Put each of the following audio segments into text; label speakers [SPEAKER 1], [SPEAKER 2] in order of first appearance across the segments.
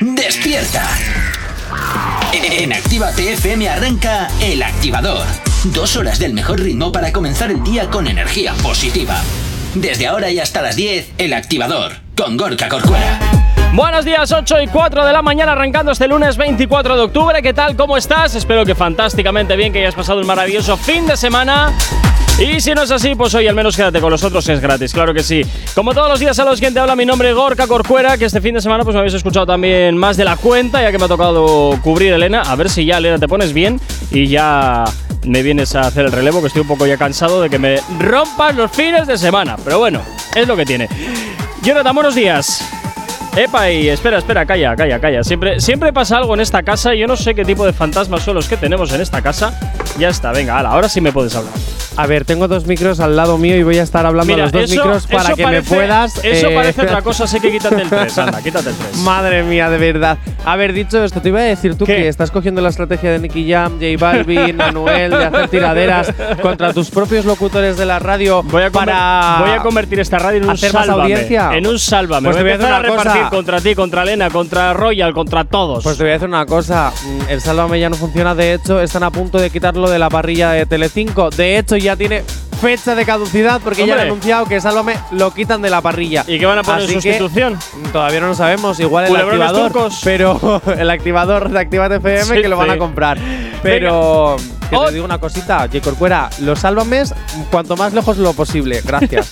[SPEAKER 1] despierta. En Activa TFM arranca El Activador. Dos horas del mejor ritmo para comenzar el día con energía positiva. Desde ahora y hasta las 10, El Activador, con Gorka Corcuera.
[SPEAKER 2] Buenos días, 8 y 4 de la mañana, arrancando este lunes 24 de octubre. ¿Qué tal? ¿Cómo estás? Espero que fantásticamente bien, que hayas pasado un maravilloso fin de semana. Y si no es así, pues hoy al menos quédate con los otros, es gratis, claro que sí. Como todos los días a los que te habla, mi nombre es Gorka Corcuera, que este fin de semana pues me habéis escuchado también más de la cuenta, ya que me ha tocado cubrir Elena. A ver si ya, Elena, te pones bien y ya me vienes a hacer el relevo, que estoy un poco ya cansado de que me rompas los fines de semana. Pero bueno, es lo que tiene. Jonathan, buenos días. Epa, y espera, espera, calla, calla, calla. Siempre, siempre pasa algo en esta casa y yo no sé qué tipo de fantasmas son los que tenemos en esta casa. Ya está, venga, ala, ahora sí me puedes hablar.
[SPEAKER 3] A ver, tengo dos micros al lado mío y voy a estar hablando
[SPEAKER 2] Mira,
[SPEAKER 3] a los dos
[SPEAKER 2] eso-
[SPEAKER 3] micros para
[SPEAKER 2] eso
[SPEAKER 3] que
[SPEAKER 2] parece-
[SPEAKER 3] me puedas.
[SPEAKER 2] Eso
[SPEAKER 3] eh,
[SPEAKER 2] parece otra cosa, así que quítate el 3, anda, quítate el 3.
[SPEAKER 3] Madre mía, de verdad. A ver, dicho esto, te iba a decir tú
[SPEAKER 2] ¿Qué?
[SPEAKER 3] que estás cogiendo la estrategia de Nicky Jam, J Balvin, Anuel, de hacer tiraderas contra tus propios locutores de la radio
[SPEAKER 2] Voy a, conver-
[SPEAKER 3] para.
[SPEAKER 2] voy a convertir esta radio en un
[SPEAKER 3] hacer más
[SPEAKER 2] sálvame.
[SPEAKER 3] audiencia.
[SPEAKER 2] En un sálvame.
[SPEAKER 3] Pues
[SPEAKER 2] voy
[SPEAKER 3] te
[SPEAKER 2] a
[SPEAKER 3] voy a hacer
[SPEAKER 2] empezar a
[SPEAKER 3] una cosa.
[SPEAKER 2] repartir contra ti, contra Elena, contra Royal, contra todos.
[SPEAKER 3] Pues te voy a decir una cosa, mm, el Sálvame ya no funciona, de hecho están a punto de quitarlo de la parrilla de Telecinco, de hecho ya tiene fecha de caducidad porque ya han
[SPEAKER 2] Hombre.
[SPEAKER 3] anunciado que Sálvame lo quitan de la parrilla.
[SPEAKER 2] ¿Y qué van a poner
[SPEAKER 3] Así
[SPEAKER 2] en
[SPEAKER 3] que,
[SPEAKER 2] sustitución?
[SPEAKER 3] mm, Todavía no lo sabemos, igual el
[SPEAKER 2] Culebrones
[SPEAKER 3] activador,
[SPEAKER 2] turcos.
[SPEAKER 3] pero el activador de Activate FM
[SPEAKER 2] Sí,
[SPEAKER 3] que lo van
[SPEAKER 2] sí.
[SPEAKER 3] a comprar. Pero que
[SPEAKER 2] Ot-
[SPEAKER 3] te digo una cosita, J. Corcuera, los Sálvames mm, cuanto más lejos lo posible, gracias.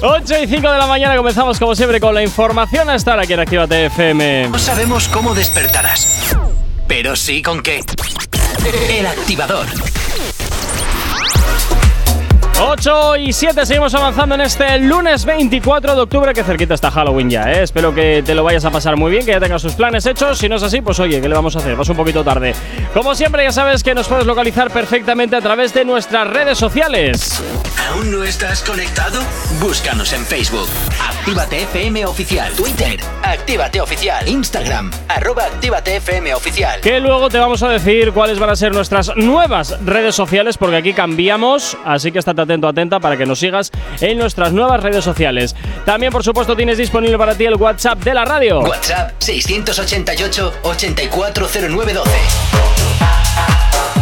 [SPEAKER 2] 8 y 5 de la mañana comenzamos como siempre con la información a estar aquí en Actívate FM.
[SPEAKER 1] No sabemos cómo despertarás, pero sí con qué. El Activador.
[SPEAKER 2] 8 y 7 seguimos avanzando en este lunes 24 de octubre, que cerquita está Halloween ya, ¿eh? Espero que te lo vayas a pasar muy bien, que ya tengas sus planes hechos. Si no es así, pues oye, ¿qué le vamos a hacer? Vas un poquito tarde. Como siempre, ya sabes que nos puedes localizar perfectamente a través de nuestras redes sociales.
[SPEAKER 1] ¿Aún no estás conectado? Búscanos en Facebook. Actívate FM Oficial. Twitter. Actívate Oficial. Instagram. Arroba Actívate FM Oficial.
[SPEAKER 2] Que luego te vamos a decir cuáles van a ser nuestras nuevas redes sociales, porque aquí cambiamos, así que estate atento, atenta para que nos sigas en nuestras nuevas redes sociales. También, por supuesto, tienes disponible para ti el WhatsApp de la radio.
[SPEAKER 1] WhatsApp 688 840912.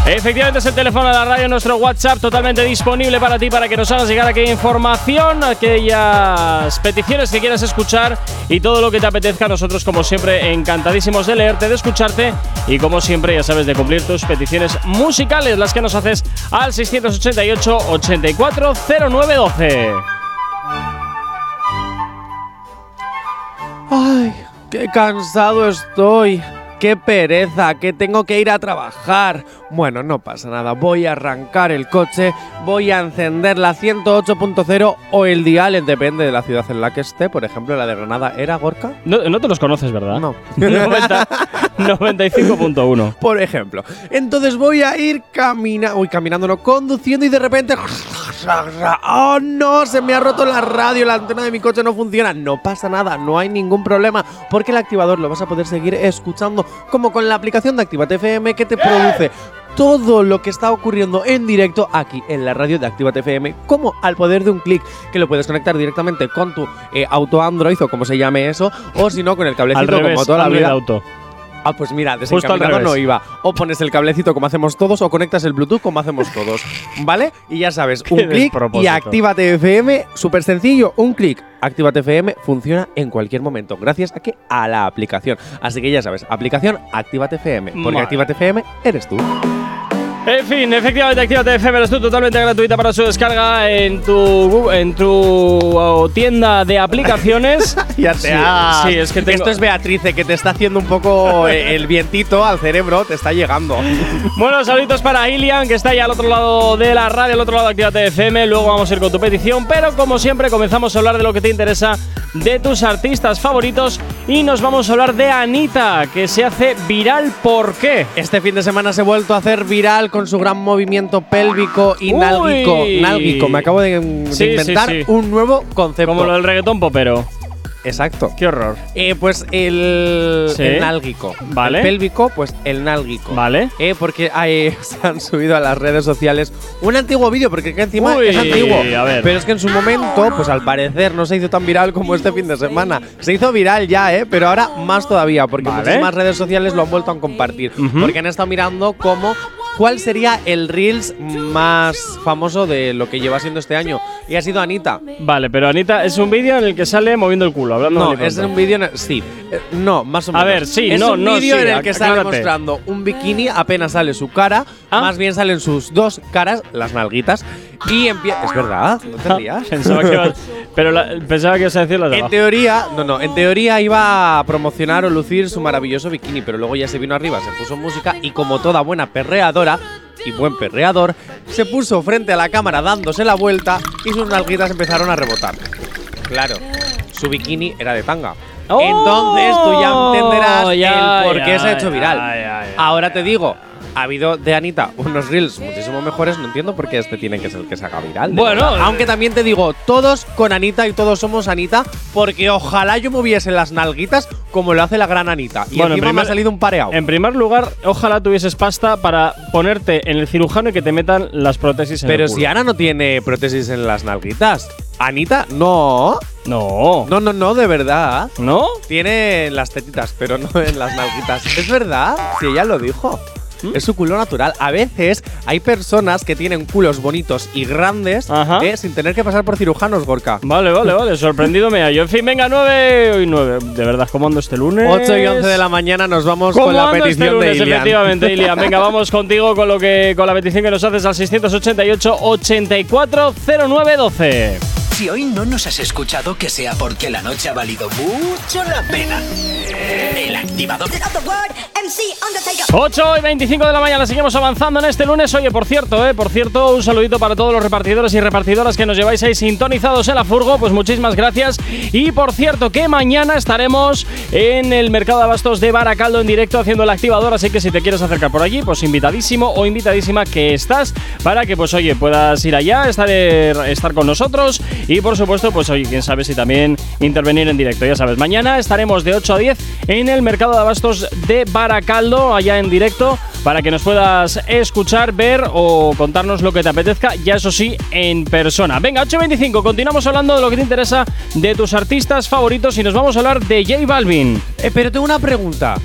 [SPEAKER 2] Efectivamente es el teléfono de la radio, nuestro WhatsApp totalmente disponible para ti, para que nos hagas llegar aquella información, aquellas peticiones que quieras escuchar y todo lo que te apetezca. Nosotros, como siempre, encantadísimos de leerte, de escucharte y, como siempre, ya sabes, de cumplir tus peticiones musicales, las que nos haces al 688 840912.
[SPEAKER 3] Ay, qué cansado estoy. Qué pereza, que tengo que ir a trabajar. Bueno, no pasa nada. Voy a arrancar el coche, voy a encender la 108.0 o el dial, depende de la ciudad en la que esté. Por ejemplo, la de Granada era Gorka.
[SPEAKER 2] No, no te los conoces, ¿verdad?
[SPEAKER 3] No.
[SPEAKER 2] 90 95.1.
[SPEAKER 3] Por ejemplo. Entonces voy a ir caminando, uy, caminando, no, conduciendo y de repente. ¡Oh no! Se me ha roto la radio, la antena de mi coche no funciona. No pasa nada, no hay ningún problema, porque el activador lo vas a poder seguir escuchando, como con la aplicación de Activate FM que te produce. Todo lo que está ocurriendo en directo aquí en la radio de Activate FM, como al poder de un clic, que lo puedes conectar directamente con tu eh, auto Android o como se llame eso, o si no, con el cablecito
[SPEAKER 2] Al revés,
[SPEAKER 3] como toda la
[SPEAKER 2] Android
[SPEAKER 3] vida.
[SPEAKER 2] Auto.
[SPEAKER 3] Ah, pues mira,
[SPEAKER 2] al
[SPEAKER 3] desencaminado
[SPEAKER 2] revés.
[SPEAKER 3] no iba. O pones el cablecito como hacemos todos, o conectas el Bluetooth como hacemos todos. ¿Vale? Y ya sabes,
[SPEAKER 2] Qué
[SPEAKER 3] un clic y
[SPEAKER 2] despropósito.
[SPEAKER 3] actívate FM. Súper sencillo, un clic. Actívate FM funciona en cualquier momento, gracias a que a la aplicación. Así que ya sabes, aplicación Actívate FM. Porque
[SPEAKER 2] Madre.
[SPEAKER 3] Actívate FM eres tú.
[SPEAKER 2] En fin, efectivamente, Actívate FM es totalmente gratuita para su descarga en tu, Gu- en tu oh, tienda de aplicaciones.
[SPEAKER 3] Ya te
[SPEAKER 2] Sí,
[SPEAKER 3] has.
[SPEAKER 2] sí, es que tengo-
[SPEAKER 3] Esto es Beatrice, que te está haciendo un poco eh, el vientito al cerebro, te está llegando.
[SPEAKER 2] bueno, saluditos para Ilian, que está ya al otro lado de la radio, al otro lado de Actívate FM. Luego vamos a ir con tu petición, pero como siempre, comenzamos a hablar de lo que te interesa, de tus artistas favoritos. Y nos vamos a hablar de Anita, que se hace viral. ¿Por qué?
[SPEAKER 3] Este fin de semana se ha vuelto a hacer viral con su gran movimiento pélvico y nálgico.
[SPEAKER 2] Uy.
[SPEAKER 3] Nálgico, me acabo de, de
[SPEAKER 2] Sí, sí,
[SPEAKER 3] inventar
[SPEAKER 2] sí.
[SPEAKER 3] un nuevo concepto.
[SPEAKER 2] Como lo del reggaetón popero.
[SPEAKER 3] Exacto.
[SPEAKER 2] Qué horror.
[SPEAKER 3] Eh, pues el,
[SPEAKER 2] Sí.
[SPEAKER 3] el nálgico.
[SPEAKER 2] Vale.
[SPEAKER 3] El pélvico, pues el nálgico.
[SPEAKER 2] Vale.
[SPEAKER 3] Eh, porque hay- se han subido a las redes sociales un antiguo vídeo, porque es que encima
[SPEAKER 2] Uy,
[SPEAKER 3] es antiguo.
[SPEAKER 2] a ver.
[SPEAKER 3] Pero es que en su momento, pues al parecer no se hizo tan viral como este fin de semana. Se hizo viral ya, eh, pero ahora más todavía, porque
[SPEAKER 2] Vale.
[SPEAKER 3] muchísimas redes sociales lo han vuelto a compartir.
[SPEAKER 2] Ujú.
[SPEAKER 3] Porque han estado mirando cómo. ¿Cuál sería el Reels más famoso de lo que lleva siendo este año? Y ha sido Anita.
[SPEAKER 2] Vale, pero Anita, es un vídeo en el que sale moviendo el culo, hablando
[SPEAKER 3] No,
[SPEAKER 2] de
[SPEAKER 3] es
[SPEAKER 2] pronto.
[SPEAKER 3] un vídeo. en el- Sí. Eh, No, más o
[SPEAKER 2] A
[SPEAKER 3] menos.
[SPEAKER 2] ver, sí,
[SPEAKER 3] es
[SPEAKER 2] no,
[SPEAKER 3] un
[SPEAKER 2] no,
[SPEAKER 3] vídeo
[SPEAKER 2] sí,
[SPEAKER 3] en el que sale
[SPEAKER 2] aclárate.
[SPEAKER 3] mostrando un bikini, apenas sale su cara,
[SPEAKER 2] Ah.
[SPEAKER 3] más bien salen sus dos caras, las nalguitas, y empieza. Es verdad, no te
[SPEAKER 2] Ah,
[SPEAKER 3] rías.
[SPEAKER 2] pensaba que ibas- pero la- pensaba que ibas a decir la de
[SPEAKER 3] En
[SPEAKER 2] abajo.
[SPEAKER 3] teoría, no, no, en teoría iba a promocionar o lucir su maravilloso bikini, pero luego ya se vino arriba, se puso música y como toda buena perreadora y buen perreador, se puso frente a la cámara dándose la vuelta y sus nalguitas empezaron a rebotar. Claro, su bikini era de tanga.
[SPEAKER 2] ¡Oh!
[SPEAKER 3] Entonces tú ya entenderás
[SPEAKER 2] Ya,
[SPEAKER 3] el por qué
[SPEAKER 2] ya,
[SPEAKER 3] se ha hecho
[SPEAKER 2] ya,
[SPEAKER 3] viral.
[SPEAKER 2] ya, ya,
[SPEAKER 3] Ahora te digo, ha habido de Anita unos reels muchísimo mejores, no entiendo por qué este tiene que ser el que se haga viral. de
[SPEAKER 2] Bueno, eh.
[SPEAKER 3] verdad. aunque también te digo, todos con Anita y todos somos Anita, porque ojalá yo moviese las nalguitas como lo hace la gran Anita. Y
[SPEAKER 2] Bueno, en
[SPEAKER 3] encima me
[SPEAKER 2] primer-
[SPEAKER 3] ha salido un pareado.
[SPEAKER 2] En primer lugar, ojalá tuvieses pasta para ponerte en el cirujano y que te metan las prótesis en
[SPEAKER 3] Pero
[SPEAKER 2] el culo.
[SPEAKER 3] si Ana no tiene prótesis en las nalguitas, Anita, no.
[SPEAKER 2] No.
[SPEAKER 3] No, no, no, de verdad.
[SPEAKER 2] ¿No?
[SPEAKER 3] Tiene en las tetitas, pero no en las nalguitas. Es verdad, si ella lo dijo.
[SPEAKER 2] ¿Mm?
[SPEAKER 3] Es su culo natural. A veces hay personas que tienen culos bonitos y grandes
[SPEAKER 2] Ajá.
[SPEAKER 3] eh, sin tener que pasar por cirujanos, Gorka.
[SPEAKER 2] Vale, vale, vale. Sorprendido me hallo. En fin, venga, 9 hoy 9. De verdad, ¿cómo ando este lunes?
[SPEAKER 3] 8 y 11 de la mañana nos vamos
[SPEAKER 2] ¿Cómo
[SPEAKER 3] con la
[SPEAKER 2] ando
[SPEAKER 3] petición
[SPEAKER 2] este lunes,
[SPEAKER 3] de Ilian.
[SPEAKER 2] efectivamente, Ilian. Venga, vamos contigo con lo que con la petición que nos haces al 688 840912.
[SPEAKER 1] Si hoy no nos has escuchado, que sea porque la noche ha valido mucho la pena. El activador.
[SPEAKER 4] Of the word MC Undertaker.
[SPEAKER 2] 8 y 25 de la mañana, seguimos avanzando en este lunes. Oye, por cierto, eh, por cierto, un saludito para todos los repartidores y repartidoras que nos lleváis ahí sintonizados en la furgo, pues muchísimas gracias. Y por cierto, que mañana estaremos en el mercado de abastos de Baracaldo en directo haciendo el activador, así que si te quieres acercar por allí, pues invitadísimo o invitadísima que estás para que, pues oye, puedas ir allá, estar, eh, estar con nosotros y por supuesto, pues oye, quién sabe si también intervenir en directo, ya sabes, mañana estaremos de 8 a 10 en el mercado de abastos de Baracaldo, allá en directo, para que nos puedas escuchar, ver o contarnos lo que te apetezca, ya eso sí, en persona. Venga, 8.25, continuamos hablando de lo que te interesa de tus artistas favoritos y nos vamos a hablar de J Balvin.
[SPEAKER 3] Eh, pero tengo una pregunta.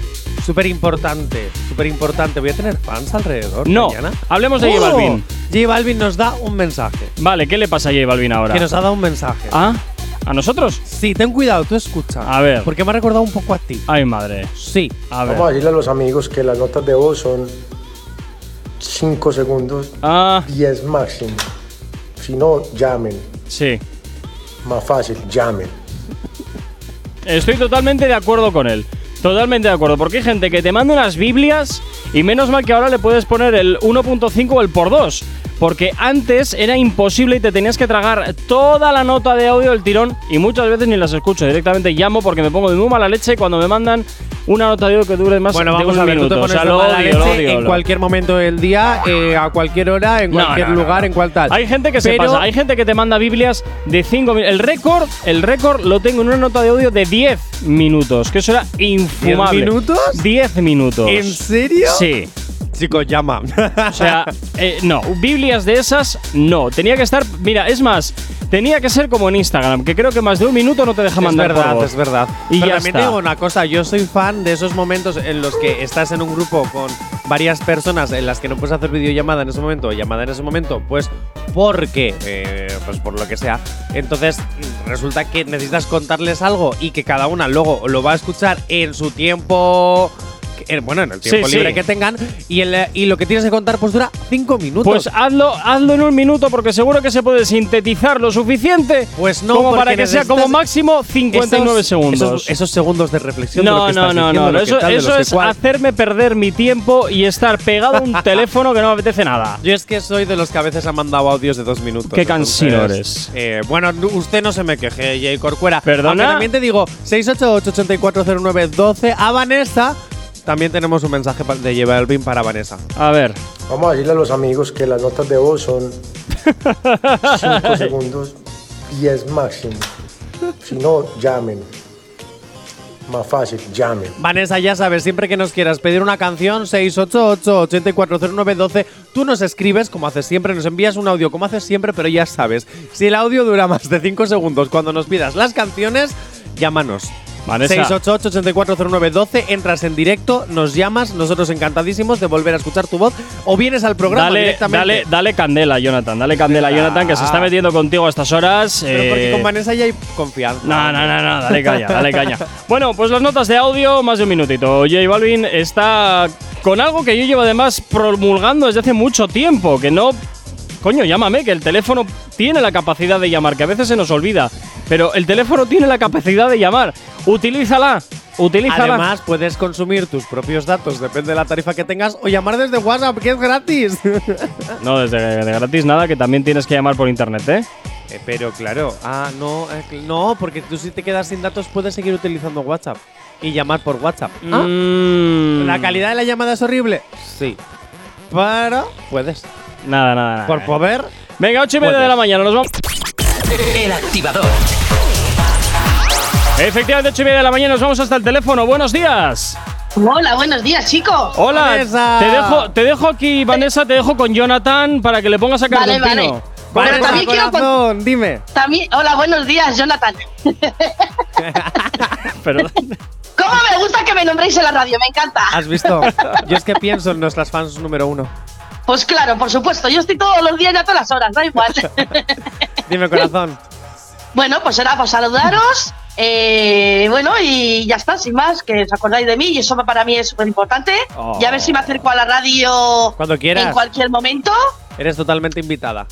[SPEAKER 3] Súper importante, súper importante. ¿Voy a tener fans alrededor
[SPEAKER 2] No,
[SPEAKER 3] mañana?
[SPEAKER 2] hablemos de J
[SPEAKER 3] Oh,
[SPEAKER 2] Balvin.
[SPEAKER 3] J Balvin nos da un mensaje.
[SPEAKER 2] Vale, ¿qué le pasa a J Balvin ahora?
[SPEAKER 3] Que nos ha dado un mensaje.
[SPEAKER 2] ¿Ah? ¿A nosotros?
[SPEAKER 3] Sí, ten cuidado, tú escucha.
[SPEAKER 2] A ver.
[SPEAKER 3] Porque me ha recordado un poco a ti.
[SPEAKER 2] Ay, madre.
[SPEAKER 3] Sí.
[SPEAKER 2] A ver.
[SPEAKER 5] Vamos a decirle a los amigos que las notas de voz son 5 segundos,
[SPEAKER 2] Ah,
[SPEAKER 5] 10 máximo. Si no, llamen.
[SPEAKER 2] sí.
[SPEAKER 5] Más fácil, llamen.
[SPEAKER 2] Estoy totalmente de acuerdo con él. Totalmente de acuerdo, porque hay gente que te manda unas Biblias y menos mal que ahora le puedes poner el 1.5 o el por 2, porque antes era imposible y te tenías que tragar toda la nota de audio del tirón y muchas veces ni las escucho, directamente llamo porque me pongo de muy mala leche cuando me mandan una nota de audio que dure más
[SPEAKER 3] Bueno,
[SPEAKER 2] de
[SPEAKER 3] vamos
[SPEAKER 2] un
[SPEAKER 3] a ver, tú te
[SPEAKER 2] minuto. O
[SPEAKER 3] pones
[SPEAKER 2] sea,
[SPEAKER 3] de
[SPEAKER 2] lo
[SPEAKER 3] mala
[SPEAKER 2] odio, lo
[SPEAKER 3] leche
[SPEAKER 2] odio,
[SPEAKER 3] en
[SPEAKER 2] lo-
[SPEAKER 3] cualquier momento del día, eh, a cualquier hora, en
[SPEAKER 2] No,
[SPEAKER 3] cualquier
[SPEAKER 2] no, no,
[SPEAKER 3] lugar,
[SPEAKER 2] no.
[SPEAKER 3] en cual tal.
[SPEAKER 2] Hay gente que se
[SPEAKER 3] Pero-
[SPEAKER 2] pasa, hay gente que te manda Biblias de 5 minutos. El récord, el récord lo tengo en una nota de audio de 10 minutos, que eso era infumable.
[SPEAKER 3] ¿Diez minutos?
[SPEAKER 2] 10 minutos.
[SPEAKER 3] ¿En serio?
[SPEAKER 2] Sí.
[SPEAKER 3] Chicos, llama.
[SPEAKER 2] O sea, eh, no, Biblias de esas, no. Tenía que estar. Mira, es más, tenía que ser como en Instagram, que creo que más de un minuto no te deja
[SPEAKER 3] es
[SPEAKER 2] mandar por
[SPEAKER 3] verdad,
[SPEAKER 2] voz.
[SPEAKER 3] es verdad.
[SPEAKER 2] Y
[SPEAKER 3] Pero
[SPEAKER 2] ya
[SPEAKER 3] también
[SPEAKER 2] está.
[SPEAKER 3] te digo una cosa, yo soy fan de esos momentos en los que estás en un grupo con varias personas en las que no puedes hacer videollamada en ese momento o llamada en ese momento, pues porque, eh, pues por lo que sea. Entonces mm, resulta que necesitas contarles algo y que cada una luego lo va a escuchar en su tiempo... en- bueno, en el
[SPEAKER 2] Sí,
[SPEAKER 3] tiempo
[SPEAKER 2] sí.
[SPEAKER 3] libre que tengan y, el- y lo que tienes que contar pues dura cinco minutos.
[SPEAKER 2] Pues hazlo, hazlo en un minuto porque seguro que se puede sintetizar lo suficiente
[SPEAKER 3] Pues no,
[SPEAKER 2] como para
[SPEAKER 3] porque
[SPEAKER 2] que sea como
[SPEAKER 3] necesitas
[SPEAKER 2] máximo 59
[SPEAKER 3] Esos-
[SPEAKER 2] segundos.
[SPEAKER 3] Esos, esos segundos de reflexión. de lo
[SPEAKER 2] No,
[SPEAKER 3] que
[SPEAKER 2] no,
[SPEAKER 3] estás
[SPEAKER 2] no,
[SPEAKER 3] diciendo,
[SPEAKER 2] no,
[SPEAKER 3] lo que
[SPEAKER 2] Eso,
[SPEAKER 3] tal, de lo
[SPEAKER 2] eso
[SPEAKER 3] que
[SPEAKER 2] es
[SPEAKER 3] cual.
[SPEAKER 2] hacerme perder mi tiempo y estar pegado a un teléfono que no me apetece nada.
[SPEAKER 3] Yo es que soy de los que a veces han mandado audios de dos minutos.
[SPEAKER 2] Qué cansino
[SPEAKER 3] entonces, eh, bueno, n- usted no se me queje, Jay Corcuera.
[SPEAKER 2] ¿Perdona?
[SPEAKER 3] Aunque también te digo, 688-8409-12 a Vanessa. También tenemos un mensaje pa- de J Balvin para Vanessa.
[SPEAKER 2] A ver.
[SPEAKER 5] Vamos a decirle a los amigos que las notas de voz son 5 segundos, 10 máximo. Si no, llamen. Más fácil, llamen.
[SPEAKER 3] Vanessa, ya sabes, siempre que nos quieras pedir una canción, 688-840912, tú nos escribes, como haces siempre, nos envías un audio, como haces siempre, pero ya sabes, si el audio dura más de 5 segundos cuando nos pidas las canciones, llámanos.
[SPEAKER 2] Vanessa.
[SPEAKER 3] 688-840912, entras en directo, nos llamas, nosotros encantadísimos de volver a escuchar tu voz, o vienes al programa
[SPEAKER 2] Dale,
[SPEAKER 3] directamente.
[SPEAKER 2] dale, dale candela, Jonathan. Dale candela, Jonathan, que se está metiendo contigo a estas horas.
[SPEAKER 3] Pero porque
[SPEAKER 2] eh,
[SPEAKER 3] con Vanessa ya hay confianza.
[SPEAKER 2] No, no, no, no, dale caña, dale caña. Bueno, pues las notas de audio, más de un minutito. J Balvin está con algo que yo llevo además promulgando desde hace mucho tiempo, que no... Coño, llámame, que el teléfono tiene la capacidad de llamar, que a veces se nos olvida. Pero el teléfono tiene la capacidad de llamar. Utilízala, utilízala.
[SPEAKER 3] Además, puedes consumir tus propios datos, depende de la tarifa que tengas, o llamar desde WhatsApp, que es gratis. Eh,
[SPEAKER 2] No, desde de gratis nada, que también tienes que llamar por internet, ¿eh?
[SPEAKER 3] Eh, pero claro, ah, no, eh, cl- no, porque tú si te quedas sin datos puedes seguir utilizando WhatsApp y llamar por WhatsApp. Ah,
[SPEAKER 2] Mm.
[SPEAKER 3] ¿La calidad de la llamada es horrible? Sí. Pero puedes.
[SPEAKER 2] Nada, nada, nada.
[SPEAKER 3] Por poder.
[SPEAKER 2] Venga, ocho y media
[SPEAKER 3] Puedes.
[SPEAKER 2] de la mañana, nos vamos.
[SPEAKER 1] El activador.
[SPEAKER 2] Efectivamente, ocho y media de la mañana, nos vamos hasta el teléfono. Buenos días.
[SPEAKER 6] Hola, buenos días, chicos.
[SPEAKER 2] Hola,
[SPEAKER 3] Vanessa.
[SPEAKER 2] te dejo, te dejo aquí, Vanessa, te dejo con Jonathan para que le pongas a
[SPEAKER 6] Vale,
[SPEAKER 2] Carpentino.
[SPEAKER 6] Vale,
[SPEAKER 3] Vanessa,
[SPEAKER 6] también quiero con-
[SPEAKER 3] corazón, dime.
[SPEAKER 6] También, hola, buenos días, Jonathan.
[SPEAKER 2] Pero-
[SPEAKER 6] ¿Cómo me gusta que me nombréis en la radio? Me encanta.
[SPEAKER 3] ¿Has visto? Yo es que pienso en nuestras fans número uno.
[SPEAKER 6] Pues claro, por supuesto, yo estoy todos los días y a todas las horas, da igual.
[SPEAKER 3] Dime, corazón.
[SPEAKER 6] bueno, pues era por saludaros. eh, bueno, y ya está, sin más, que os acordáis de mí y eso para mí es súper importante.
[SPEAKER 3] Oh.
[SPEAKER 6] Ya a ver si me acerco a la radio
[SPEAKER 3] Cuando quieras.
[SPEAKER 6] en cualquier momento.
[SPEAKER 3] Eres totalmente invitada.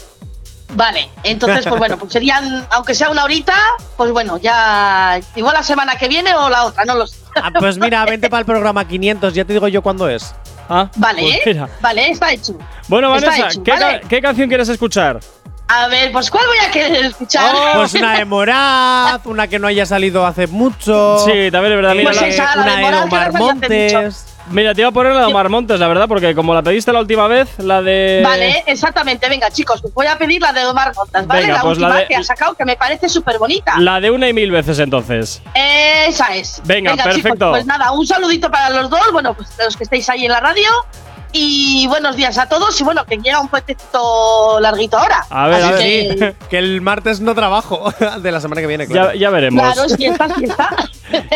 [SPEAKER 6] Vale, entonces, pues bueno, pues serían, aunque sea una horita, pues bueno, ya igual la semana que viene o la otra, no lo sé.
[SPEAKER 3] Ah, pues mira, vente para el programa 500, ya te digo yo cuándo es.
[SPEAKER 2] Ah,
[SPEAKER 6] Vale, ¿eh?
[SPEAKER 2] pues mira.
[SPEAKER 6] vale, está hecho.
[SPEAKER 2] Bueno,
[SPEAKER 6] Está
[SPEAKER 2] Vanessa,
[SPEAKER 6] hecho,
[SPEAKER 2] ¿qué,
[SPEAKER 6] vale.
[SPEAKER 2] ca- qué canción quieres escuchar? Oh.
[SPEAKER 6] A ver, pues ¿cuál voy a querer escuchar?
[SPEAKER 3] Pues una de Moraz, una que no haya salido hace mucho.
[SPEAKER 2] Sí, también es verdad. Mira,
[SPEAKER 6] Pues
[SPEAKER 2] la-
[SPEAKER 6] esa- la de
[SPEAKER 3] una
[SPEAKER 6] Morat,
[SPEAKER 3] de
[SPEAKER 6] que
[SPEAKER 3] Omar
[SPEAKER 6] la hemos hecho.
[SPEAKER 3] Montes.
[SPEAKER 2] mira, te iba a poner la de Omar Montes, la verdad, porque como la pediste la última vez, la de.
[SPEAKER 6] Vale, exactamente. Venga, chicos, pues voy a pedir la de Omar Montas, ¿vale?
[SPEAKER 2] Venga,
[SPEAKER 6] la
[SPEAKER 2] pues la
[SPEAKER 6] última
[SPEAKER 2] de-
[SPEAKER 6] que ha sacado, que me parece súper bonita.
[SPEAKER 2] La de una y mil veces, entonces.
[SPEAKER 6] Esa es.
[SPEAKER 2] Venga, perfecto.
[SPEAKER 6] Chicos, pues nada, un saludito para los dos, bueno, pues los que estáis ahí en la radio. Y buenos días a todos. Y bueno, que llega un puentecito larguito ahora.
[SPEAKER 2] A ver,
[SPEAKER 6] Así
[SPEAKER 2] a
[SPEAKER 6] que-
[SPEAKER 2] ver.
[SPEAKER 3] Que el martes no trabajo, de la semana que viene,
[SPEAKER 2] Ya,
[SPEAKER 3] claro.
[SPEAKER 2] ya veremos.
[SPEAKER 6] Claro, si está, si está.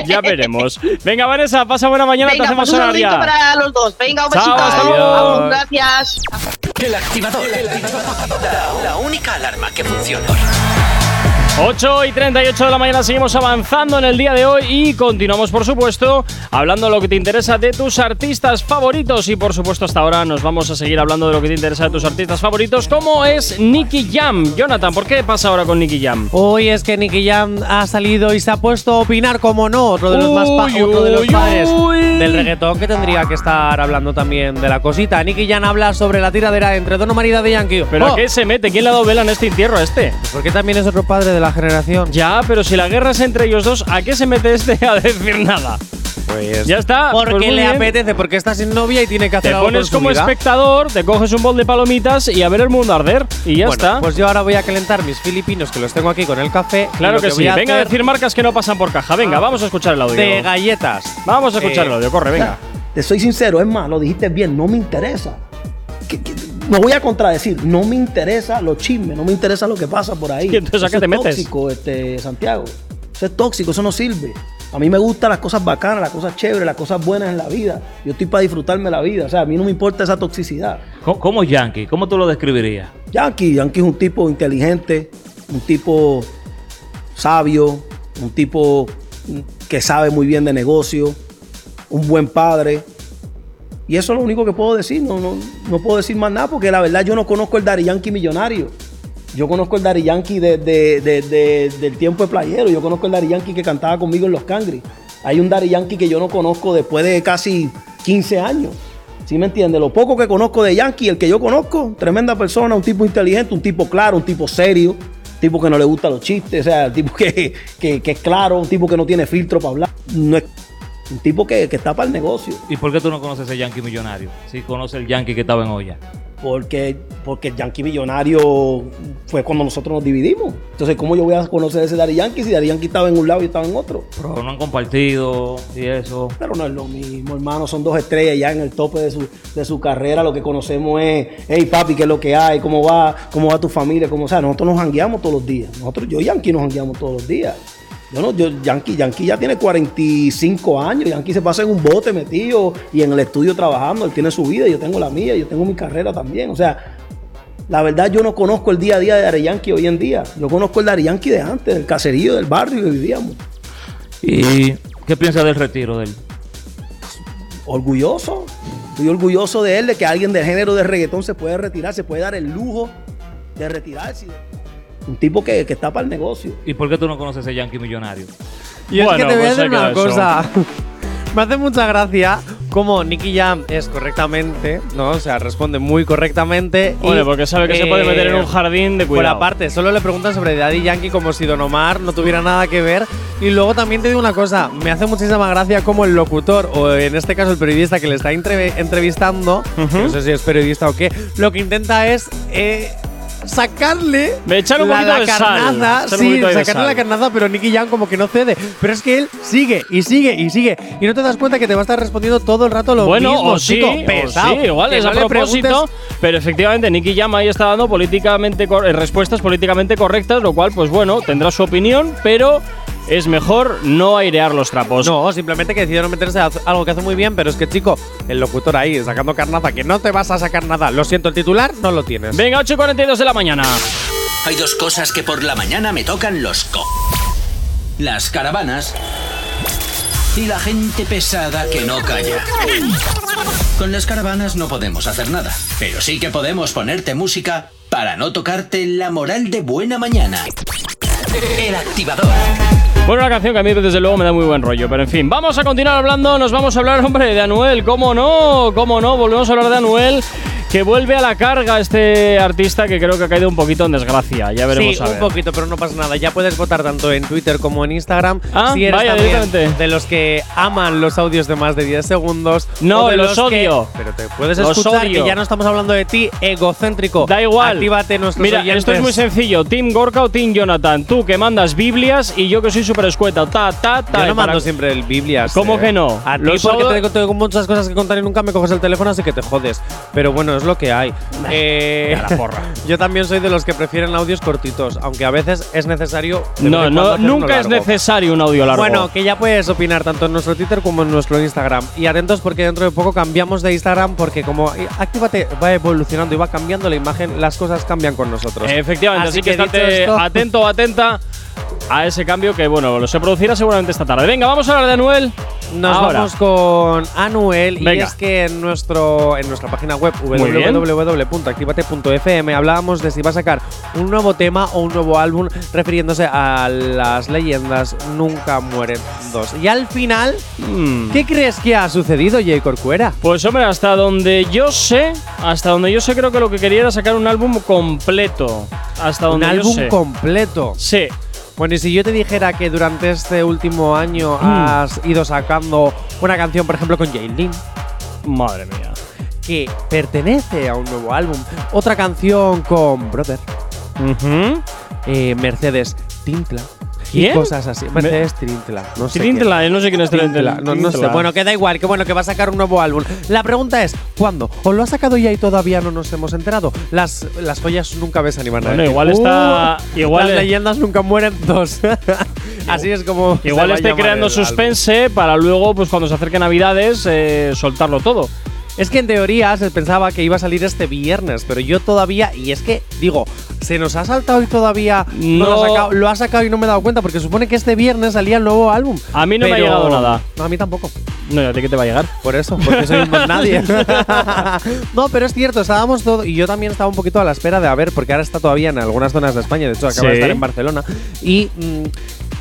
[SPEAKER 2] ya veremos. Venga, Vanessa, pasa buena mañana, te
[SPEAKER 6] Venga,
[SPEAKER 2] hacemos
[SPEAKER 6] pues un saludito
[SPEAKER 2] horaria.
[SPEAKER 6] para los dos. Venga, un
[SPEAKER 2] Chao,
[SPEAKER 6] besito.
[SPEAKER 2] hasta
[SPEAKER 3] luego.
[SPEAKER 6] Agur, Gracias.
[SPEAKER 1] El activador. El activador. La, la única alarma que funciona.
[SPEAKER 2] 8 y 38 de la mañana seguimos avanzando en el día de hoy y continuamos, por supuesto, hablando de lo que te interesa de tus artistas favoritos. Y por supuesto, hasta ahora nos vamos a seguir hablando de lo que te interesa de tus artistas favoritos, como es Nicky Jam. Jonathan, ¿por qué pasa ahora con Nicky Jam?
[SPEAKER 3] Hoy es que Nicky Jam ha salido y se ha puesto a opinar, como no, otro de los más pa-
[SPEAKER 2] Uy,
[SPEAKER 3] otro de los
[SPEAKER 2] uy,
[SPEAKER 3] padres
[SPEAKER 2] uy.
[SPEAKER 3] del reggaetón que tendría que estar hablando también de la cosita. Nicky Jam habla sobre la tiradera entre Don Omar y Daddy Yankee.
[SPEAKER 2] ¿Pero
[SPEAKER 3] Oh,
[SPEAKER 2] a qué se mete? ¿Quién le ha dado vela en este entierro a este?
[SPEAKER 3] Porque también es otro padre de la generación.
[SPEAKER 2] Ya, pero si la guerra es entre ellos dos, ¿a qué se mete este a decir nada? Ya está.
[SPEAKER 3] Porque
[SPEAKER 2] pues muy
[SPEAKER 3] le
[SPEAKER 2] bien.
[SPEAKER 3] apetece, porque está sin novia y tiene que hacer
[SPEAKER 2] Te
[SPEAKER 3] algo con
[SPEAKER 2] pones
[SPEAKER 3] su
[SPEAKER 2] como
[SPEAKER 3] vida.
[SPEAKER 2] espectador, te coges un bol de palomitas y a ver el mundo arder. Y ya
[SPEAKER 3] Bueno,
[SPEAKER 2] está.
[SPEAKER 3] Pues yo ahora voy a calentar mis filipinos que los tengo aquí con el café. y
[SPEAKER 2] Claro
[SPEAKER 3] lo
[SPEAKER 2] que, sí.
[SPEAKER 3] voy a
[SPEAKER 2] Venga a
[SPEAKER 3] hacer
[SPEAKER 2] decir marcas que no pasan por caja. Venga,
[SPEAKER 3] Ah.
[SPEAKER 2] vamos a escuchar el audio.
[SPEAKER 3] de galletas.
[SPEAKER 2] Vamos a escuchar
[SPEAKER 3] Eh,
[SPEAKER 2] el audio, corre, venga.
[SPEAKER 7] Te soy sincero, es más, lo dijiste bien, no me interesa. Que- que- no voy a contradecir, no me interesa los chismes, no me interesa lo que pasa por ahí.
[SPEAKER 2] ¿Y entonces a qué
[SPEAKER 7] Eso
[SPEAKER 2] te
[SPEAKER 7] es
[SPEAKER 2] metes?
[SPEAKER 7] tóxico, este, Santiago. Eso es tóxico, eso no sirve. A mí me gustan las cosas bacanas, las cosas chéveres, las cosas buenas en la vida. Yo estoy para disfrutarme la vida, o sea, a mí no me importa esa toxicidad.
[SPEAKER 8] ¿Cómo, cómo es Yankee? ¿Cómo tú lo describirías?
[SPEAKER 7] Yankee, Yankee es un tipo inteligente, un tipo sabio, un tipo que sabe muy bien de negocio, un buen padre. Y eso es lo único que puedo decir, no, no, no puedo decir más nada porque la verdad yo no conozco el Dari Yankee millonario. Yo conozco el Dari Yankee de, de- de- de- del tiempo de playero, yo conozco el Dari Yankee que cantaba conmigo en Los Cangris. Hay un Dari Yankee que yo no conozco después de casi 15 años. ¿Sí me entiendes? Lo poco que conozco de Yankee, el que yo conozco, tremenda persona, un tipo inteligente, un tipo claro, un tipo serio, un tipo que no le gustan los chistes, o sea, un tipo que, que- que es claro, un tipo que no tiene filtro para hablar, no es- un tipo que, que está para el negocio.
[SPEAKER 8] ¿Y por qué tú no conoces el Yankee millonario? Si conoces el Yankee que estaba en olla.
[SPEAKER 7] Porque, porque Yankee Millonario fue cuando nosotros nos dividimos. Entonces, ¿cómo yo voy a conocer ese Daddy Yankee si Daddy Yankee estaba en un lado y yo estaba en otro?
[SPEAKER 8] Pero no han compartido y eso.
[SPEAKER 7] Pero no es lo mismo, hermano. Son dos estrellas ya en el tope de su, de su carrera. Lo que conocemos es, hey papi, ¿qué es lo que hay? ¿Cómo va? ¿Cómo va tu familia? ¿Cómo? O sea, nosotros nos jangueamos todos los días. Nosotros, yo y Yankee nos jangueamos todos los días. Yo no, yo, Yankee, Yankee ya tiene 45 años. Yankee se pasa en un bote metido y en el estudio trabajando. Él tiene su vida, yo tengo la mía, yo tengo mi carrera también. O sea, la verdad yo no conozco el día a día de Dari Yankee hoy en día. Yo conozco el Dari Yankee de antes, del caserío, del barrio que vivíamos.
[SPEAKER 8] ¿Y qué piensas del retiro de él?
[SPEAKER 7] orgulloso. Estoy orgulloso de él, de que alguien del género de reggaetón se puede retirar, se puede dar el lujo de retirarse. Un tipo que, que está para el negocio.
[SPEAKER 8] ¿Y por qué tú no conoces a ese Yankee millonario?
[SPEAKER 3] Y es
[SPEAKER 2] Bueno,
[SPEAKER 3] que te voy a
[SPEAKER 2] pues
[SPEAKER 3] decir
[SPEAKER 2] hay que
[SPEAKER 3] una
[SPEAKER 2] eso.
[SPEAKER 3] cosa. Me hace mucha gracia como Nicky Jam es correctamente, ¿no? O sea, responde muy correctamente. y,
[SPEAKER 2] Bueno, porque sabe que se puede meter en
[SPEAKER 3] eh,
[SPEAKER 2] un jardín de
[SPEAKER 3] Por
[SPEAKER 2] cuidado.
[SPEAKER 3] aparte, solo le preguntan sobre Daddy Yankee como si Don Omar no tuviera nada que ver. Y luego también te digo una cosa, me hace muchísima gracia como el locutor, o en este caso el periodista que le está entrev- entrevistando, que no sé si es periodista o qué, lo que intenta es eh, sacarle
[SPEAKER 2] De echar un
[SPEAKER 3] la,
[SPEAKER 2] poquito
[SPEAKER 3] la
[SPEAKER 2] de sal,
[SPEAKER 3] carnaza,
[SPEAKER 2] echar un
[SPEAKER 3] sí,
[SPEAKER 2] poquito de
[SPEAKER 3] sacarle
[SPEAKER 2] sal.
[SPEAKER 3] la carnaza, pero Nicky Jam como que no cede. Pero es que él sigue y sigue y sigue. Y no te das cuenta que te va a estar respondiendo todo el rato lo
[SPEAKER 2] bueno,
[SPEAKER 3] mismo,
[SPEAKER 2] o sí,
[SPEAKER 3] chico,
[SPEAKER 2] o
[SPEAKER 3] pesado.
[SPEAKER 2] sí, igual
[SPEAKER 3] Que
[SPEAKER 2] es
[SPEAKER 3] no
[SPEAKER 2] a
[SPEAKER 3] le
[SPEAKER 2] propósito,
[SPEAKER 3] preguntes-
[SPEAKER 2] pero efectivamente Nicky Jam ahí está dando políticamente cor- eh, respuestas políticamente correctas, lo cual, pues bueno, tendrá su opinión, pero es mejor no airear los trapos.
[SPEAKER 3] No, simplemente que decidieron meterse a algo que hace muy bien, pero es que, chico, el locutor ahí sacando carnaza, que no te vas a sacar nada. Lo siento, el titular no lo tienes.
[SPEAKER 2] Venga, 8 y 42 de la mañana.
[SPEAKER 1] Hay dos cosas que por la mañana me tocan los co. Las caravanas y la gente pesada que no calla. Con las caravanas no podemos hacer nada, pero sí que podemos ponerte música para no tocarte la moral de buena mañana. El activador.
[SPEAKER 2] Bueno, una canción que a mí desde luego me da muy buen rollo, pero en fin, vamos a continuar hablando, nos vamos a hablar, hombre, de Anuel, cómo no, cómo no, volvemos a hablar de Anuel. Que vuelve a la carga este artista que creo que ha caído un poquito en desgracia. Ya veremos
[SPEAKER 3] Sí,
[SPEAKER 2] a
[SPEAKER 3] un
[SPEAKER 2] ver.
[SPEAKER 3] poquito, pero no pasa nada. Ya puedes votar tanto en Twitter como en Instagram.
[SPEAKER 2] Ah,
[SPEAKER 3] si eres
[SPEAKER 2] vaya,
[SPEAKER 3] también
[SPEAKER 2] directamente.
[SPEAKER 3] de los que aman los audios de más de 10 segundos.
[SPEAKER 2] No,
[SPEAKER 3] o de
[SPEAKER 2] los
[SPEAKER 3] que-
[SPEAKER 2] odio.
[SPEAKER 3] pero te puedes
[SPEAKER 2] Los
[SPEAKER 3] escuchar
[SPEAKER 2] odio.
[SPEAKER 3] que ya no estamos hablando de ti, egocéntrico.
[SPEAKER 2] Da igual.
[SPEAKER 3] Actívate nuestros
[SPEAKER 2] Mira,
[SPEAKER 3] oyentes.
[SPEAKER 2] esto es muy sencillo. Team Gorka o Team Jonathan. Tú que mandas Biblias y yo que soy súper escueta. Ta, ta, ta.
[SPEAKER 3] Yo
[SPEAKER 2] y
[SPEAKER 3] no mando
[SPEAKER 2] para-
[SPEAKER 3] siempre eh? el Biblia.
[SPEAKER 2] ¿Cómo que no?
[SPEAKER 3] A ti
[SPEAKER 2] Los
[SPEAKER 3] porque
[SPEAKER 2] sábados-
[SPEAKER 3] tengo, tengo muchas cosas que contar y nunca me coges el teléfono, así que te jodes. Pero bueno, es lo que hay. Eh, yo también soy de los que prefieren audios cortitos, aunque a veces es necesario. de vez
[SPEAKER 2] No,
[SPEAKER 3] en cuando
[SPEAKER 2] no,
[SPEAKER 3] hacer uno
[SPEAKER 2] nunca es
[SPEAKER 3] largo.
[SPEAKER 2] necesario un audio largo.
[SPEAKER 3] Bueno, que ya puedes opinar tanto en nuestro Twitter como en nuestro Instagram. Y atentos porque dentro de poco cambiamos de Instagram porque como eh, Actívate va evolucionando y va cambiando la imagen, las cosas cambian con nosotros.
[SPEAKER 2] Efectivamente, así,
[SPEAKER 3] Así
[SPEAKER 2] que,
[SPEAKER 3] que
[SPEAKER 2] estate
[SPEAKER 3] dicho esto-
[SPEAKER 2] atento o atenta a ese cambio que, bueno, lo se producirá seguramente esta tarde. Venga, vamos a hablar de Anuel.
[SPEAKER 3] Nos
[SPEAKER 2] Ahora.
[SPEAKER 3] vamos con Anuel
[SPEAKER 2] Venga.
[SPEAKER 3] y es que en, nuestro, en nuestra página web
[SPEAKER 2] Muy bien.
[SPEAKER 3] www.activate.fm hablábamos de si va a sacar un nuevo tema o un nuevo álbum refiriéndose a las leyendas Nunca Mueren dos. Y al final,
[SPEAKER 2] Mm.
[SPEAKER 3] ¿qué crees que ha sucedido, Jay Corcuera?
[SPEAKER 2] Pues hombre, hasta donde yo sé, hasta donde yo sé creo que lo que quería era sacar un álbum completo. Hasta
[SPEAKER 3] Un
[SPEAKER 2] donde yo
[SPEAKER 3] álbum
[SPEAKER 2] sé.
[SPEAKER 3] completo.
[SPEAKER 2] Sí.
[SPEAKER 3] Bueno, y si yo te dijera que durante este último
[SPEAKER 2] Mm.
[SPEAKER 3] año has ido sacando una canción, por ejemplo, con Jaylin,
[SPEAKER 2] Madre mía.
[SPEAKER 3] que pertenece a un nuevo álbum, otra canción con Brother.
[SPEAKER 2] Ujú.
[SPEAKER 3] eh, Mercedes Tintla.
[SPEAKER 2] ¿Quién?
[SPEAKER 3] Y cosas así. Mercedes Trintla. No sé quién.
[SPEAKER 2] Trintla, eh, no sé quién es Trintla.
[SPEAKER 3] Trintla, No, no sé. Bueno, que da igual, que bueno, que va a sacar un nuevo álbum. La pregunta es, ¿cuándo? ¿O lo ha sacado ya y todavía no nos hemos enterado? Las, las joyas nunca besan y van a
[SPEAKER 2] Bueno,
[SPEAKER 3] decir,
[SPEAKER 2] igual está-
[SPEAKER 3] "Uh,
[SPEAKER 2] igual
[SPEAKER 3] las
[SPEAKER 2] es-
[SPEAKER 3] leyendas nunca mueren dos. así es como... se
[SPEAKER 2] Igual
[SPEAKER 3] va a
[SPEAKER 2] esté
[SPEAKER 3] llamar
[SPEAKER 2] creando
[SPEAKER 3] el álbum.
[SPEAKER 2] suspense para luego, pues cuando se acerque Navidades, eh, soltarlo todo.
[SPEAKER 3] Es que en teoría se pensaba que iba a salir este viernes, pero yo todavía, y es que digo, se nos ha saltado y todavía no, lo, ha
[SPEAKER 2] No.
[SPEAKER 3] sacado, lo ha sacado y no me he dado cuenta, porque supone que este viernes salía el nuevo álbum.
[SPEAKER 2] A mí no me ha llegado nada.
[SPEAKER 3] No, a mí tampoco.
[SPEAKER 2] No, ¿de qué te va a llegar?
[SPEAKER 3] Por eso, porque soy un más nadie. no, pero es cierto, estábamos todo. Y yo también estaba un poquito a la espera de a ver, porque ahora está todavía en algunas zonas de España, de hecho acaba de
[SPEAKER 2] Sí.
[SPEAKER 3] estar en Barcelona. Y mm,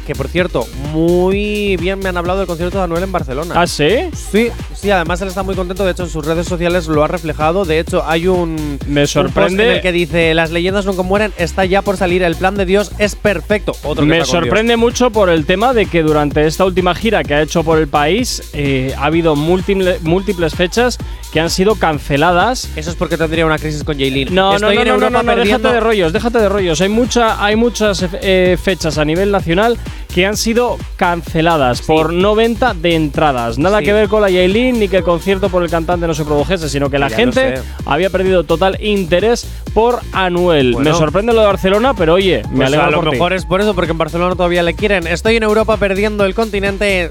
[SPEAKER 3] Que por cierto, muy bien me han hablado del concierto de Anuel en Barcelona.
[SPEAKER 2] ¿Ah, sí?
[SPEAKER 3] Sí, sí, además él está muy contento, de hecho en sus redes sociales lo ha reflejado, de hecho hay un
[SPEAKER 2] Me
[SPEAKER 3] un post
[SPEAKER 2] sorprende-
[SPEAKER 3] en el que dice, las leyendas nunca mueren, está ya por salir, el plan de Dios es perfecto. Otro que
[SPEAKER 2] Me
[SPEAKER 3] está con Dios.
[SPEAKER 2] sorprende mucho por el tema de que durante esta última gira que ha hecho por el país eh, ha habido múltiple- múltiples fechas que han sido canceladas
[SPEAKER 3] Eso es porque tendría una crisis con Jaylin.
[SPEAKER 2] No, no,
[SPEAKER 3] Estoy
[SPEAKER 2] no,
[SPEAKER 3] en
[SPEAKER 2] no, no,
[SPEAKER 3] Europa
[SPEAKER 2] no, no,
[SPEAKER 3] perdiendo-
[SPEAKER 2] déjate de rollos, déjate de rollos. Hay, mucha, hay muchas eh, fechas a nivel nacional que han sido canceladas por no venta de entradas. Nada
[SPEAKER 3] Sí.
[SPEAKER 2] que ver con la Yailin ni que el concierto por el cantante no se produjese, sino que la
[SPEAKER 3] Ya lo
[SPEAKER 2] gente
[SPEAKER 3] sé.
[SPEAKER 2] había perdido total interés por Anuel.
[SPEAKER 3] Bueno.
[SPEAKER 2] Me sorprende lo de Barcelona, pero oye, me
[SPEAKER 3] Pues
[SPEAKER 2] alegro
[SPEAKER 3] a lo
[SPEAKER 2] por ti.
[SPEAKER 3] mejor es por eso, porque en Barcelona todavía le quieren. Estoy en Europa perdiendo el continente.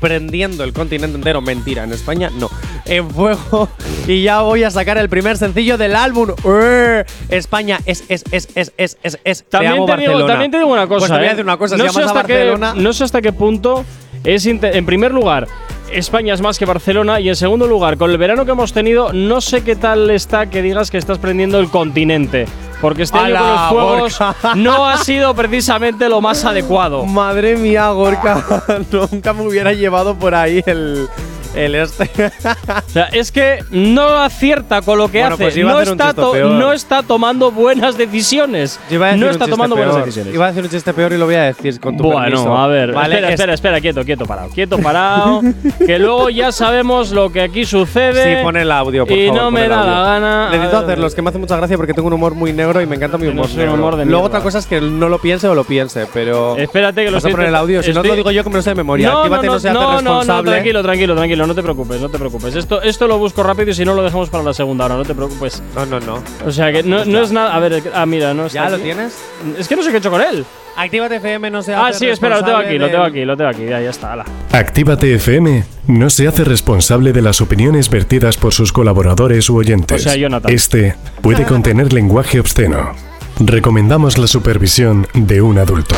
[SPEAKER 3] Prendiendo el continente entero. Mentira, en España no. En fuego. Y ya voy a sacar el primer sencillo del álbum. Urr. España es, es, es, es, es, es, es. Te
[SPEAKER 2] También
[SPEAKER 3] amo,
[SPEAKER 2] te, digo,
[SPEAKER 3] Barcelona.
[SPEAKER 2] también te digo una cosa.
[SPEAKER 3] Pues te voy
[SPEAKER 2] ¿eh?
[SPEAKER 3] a decir una cosa.
[SPEAKER 2] No
[SPEAKER 3] si
[SPEAKER 2] sé
[SPEAKER 3] llamas a
[SPEAKER 2] hasta qué-
[SPEAKER 3] Barcelona.
[SPEAKER 2] no sé hasta qué punto es. inte- En primer lugar, España es más que Barcelona. Y en segundo lugar, con el verano que hemos tenido, no sé qué tal está que digas que estás prendiendo el continente. Porque este año con los
[SPEAKER 3] ¡Hala,
[SPEAKER 2] juegos
[SPEAKER 3] Borja!
[SPEAKER 2] no ha sido precisamente lo más adecuado.
[SPEAKER 3] Madre mía, Gorka. Nunca me hubiera llevado por ahí el. El este.
[SPEAKER 2] O sea, es que no acierta con lo que
[SPEAKER 3] Bueno,
[SPEAKER 2] hace.
[SPEAKER 3] pues iba a
[SPEAKER 2] no,
[SPEAKER 3] hacer un
[SPEAKER 2] está
[SPEAKER 3] chiste
[SPEAKER 2] to-
[SPEAKER 3] peor.
[SPEAKER 2] no está tomando buenas decisiones.
[SPEAKER 3] Yo iba a decir
[SPEAKER 2] No
[SPEAKER 3] un
[SPEAKER 2] está
[SPEAKER 3] chiste
[SPEAKER 2] tomando buenas
[SPEAKER 3] peor.
[SPEAKER 2] decisiones.
[SPEAKER 3] Iba a decir un chiste peor y lo voy a decir con tu
[SPEAKER 2] bueno,
[SPEAKER 3] permiso.
[SPEAKER 2] a ver.
[SPEAKER 3] Vale,
[SPEAKER 2] espera,
[SPEAKER 3] es-
[SPEAKER 2] espera, espera, quieto, quieto, parado. Quieto, parado. que luego ya sabemos lo que aquí sucede.
[SPEAKER 3] Sí, pon el audio, Oh, por
[SPEAKER 2] y
[SPEAKER 3] favor.
[SPEAKER 2] no
[SPEAKER 3] pon
[SPEAKER 2] me
[SPEAKER 3] el
[SPEAKER 2] da
[SPEAKER 3] audio.
[SPEAKER 2] la gana.
[SPEAKER 3] Necesito
[SPEAKER 2] A ver,
[SPEAKER 3] hacerlo, es que me hace mucha gracia porque tengo un humor muy negro y me encanta mi
[SPEAKER 2] Tienes
[SPEAKER 3] humor
[SPEAKER 2] un
[SPEAKER 3] negro.
[SPEAKER 2] humor de
[SPEAKER 3] Luego
[SPEAKER 2] mierda.
[SPEAKER 3] otra cosa es que no lo piense o lo piense, pero.
[SPEAKER 2] Espérate que lo
[SPEAKER 3] Vas a
[SPEAKER 2] estoy
[SPEAKER 3] poner el
[SPEAKER 2] intent-
[SPEAKER 3] audio, si no te
[SPEAKER 2] estoy-
[SPEAKER 3] lo digo yo que me lo sé de memoria. Actívate, no, seas
[SPEAKER 2] no, no,
[SPEAKER 3] responsable.
[SPEAKER 2] tranquilo, tranquilo, tranquilo, no te preocupes, no te preocupes. Esto, esto lo busco rápido y si no lo dejamos para la segunda hora, no te preocupes.
[SPEAKER 3] No, no, no.
[SPEAKER 2] O sea que no, no es nada. A ver, ah, mira, no está
[SPEAKER 3] ¿Ya lo
[SPEAKER 2] aquí.
[SPEAKER 3] tienes?
[SPEAKER 2] Es que no sé qué he hecho con él.
[SPEAKER 3] Actívate FM, no seas
[SPEAKER 2] Ah, sí, espera, lo tengo aquí, lo tengo aquí, lo tengo aquí, ya, ya está, ala.
[SPEAKER 9] Actívate FM no se hace responsable de las opiniones vertidas por sus colaboradores u oyentes.
[SPEAKER 2] O sea, Jonathan.
[SPEAKER 9] este puede contener lenguaje obsceno. Recomendamos la supervisión de un adulto.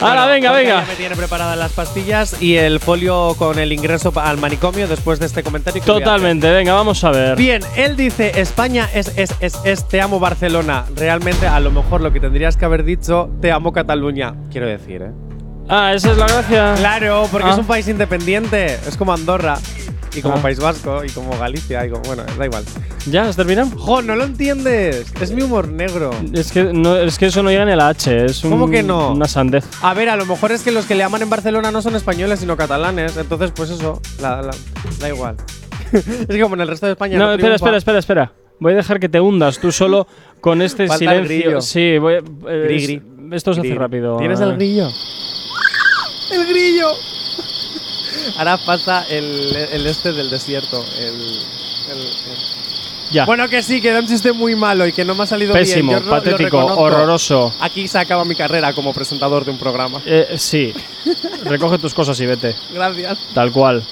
[SPEAKER 2] Ala, venga, venga.
[SPEAKER 3] Ya me tiene preparadas las pastillas y el folio con el ingreso pa- al manicomio después de este comentario. que voy a hacer.
[SPEAKER 2] Totalmente, venga, vamos a ver.
[SPEAKER 3] Bien, él dice, España es, es, es, es, te amo Barcelona. Realmente, a lo mejor lo que tendrías que haber dicho, te amo Cataluña. Quiero decir, ¿eh?
[SPEAKER 2] Ah, esa es la gracia.
[SPEAKER 3] Claro, porque
[SPEAKER 2] Ah.
[SPEAKER 3] es un país independiente. Es como Andorra, y como
[SPEAKER 2] Ah.
[SPEAKER 3] País Vasco, y como Galicia, y como, bueno, da igual.
[SPEAKER 2] ¿Ya? ¿Has terminado?
[SPEAKER 3] ¡Jo, no lo entiendes! Es mi humor negro.
[SPEAKER 2] Es que, no, es que eso no llega ni a la H, es un-
[SPEAKER 3] ¿Cómo que no?
[SPEAKER 2] una sandez.
[SPEAKER 3] A ver, a lo mejor es que los que le aman en Barcelona no son españoles, sino catalanes. Entonces, pues eso, la- la- da igual. es que como en el resto de España...
[SPEAKER 2] No, espera,
[SPEAKER 3] triunfa.
[SPEAKER 2] espera, espera, espera. Voy a dejar que te hundas tú solo con este
[SPEAKER 3] Falta el
[SPEAKER 2] silencio.
[SPEAKER 3] grillo.
[SPEAKER 2] sí, voy. eh,
[SPEAKER 3] Gri,
[SPEAKER 2] es-
[SPEAKER 3] gri.
[SPEAKER 2] Esto se hace
[SPEAKER 3] Grillo.
[SPEAKER 2] rápido.
[SPEAKER 3] ¿Tienes el grillo? ¡El grillo! Ahora falta el, el este del desierto. el- el- el-
[SPEAKER 2] Ya.
[SPEAKER 3] Bueno, que sí, que era un chiste muy malo y que no me ha salido
[SPEAKER 2] Pésimo,
[SPEAKER 3] bien. Yo lo- lo
[SPEAKER 2] patético,
[SPEAKER 3] reconozco.
[SPEAKER 2] horroroso.
[SPEAKER 3] Aquí se acaba mi carrera como presentador de un programa.
[SPEAKER 2] Eh, sí. Recoge tus cosas y vete.
[SPEAKER 3] Gracias.
[SPEAKER 2] Tal cual.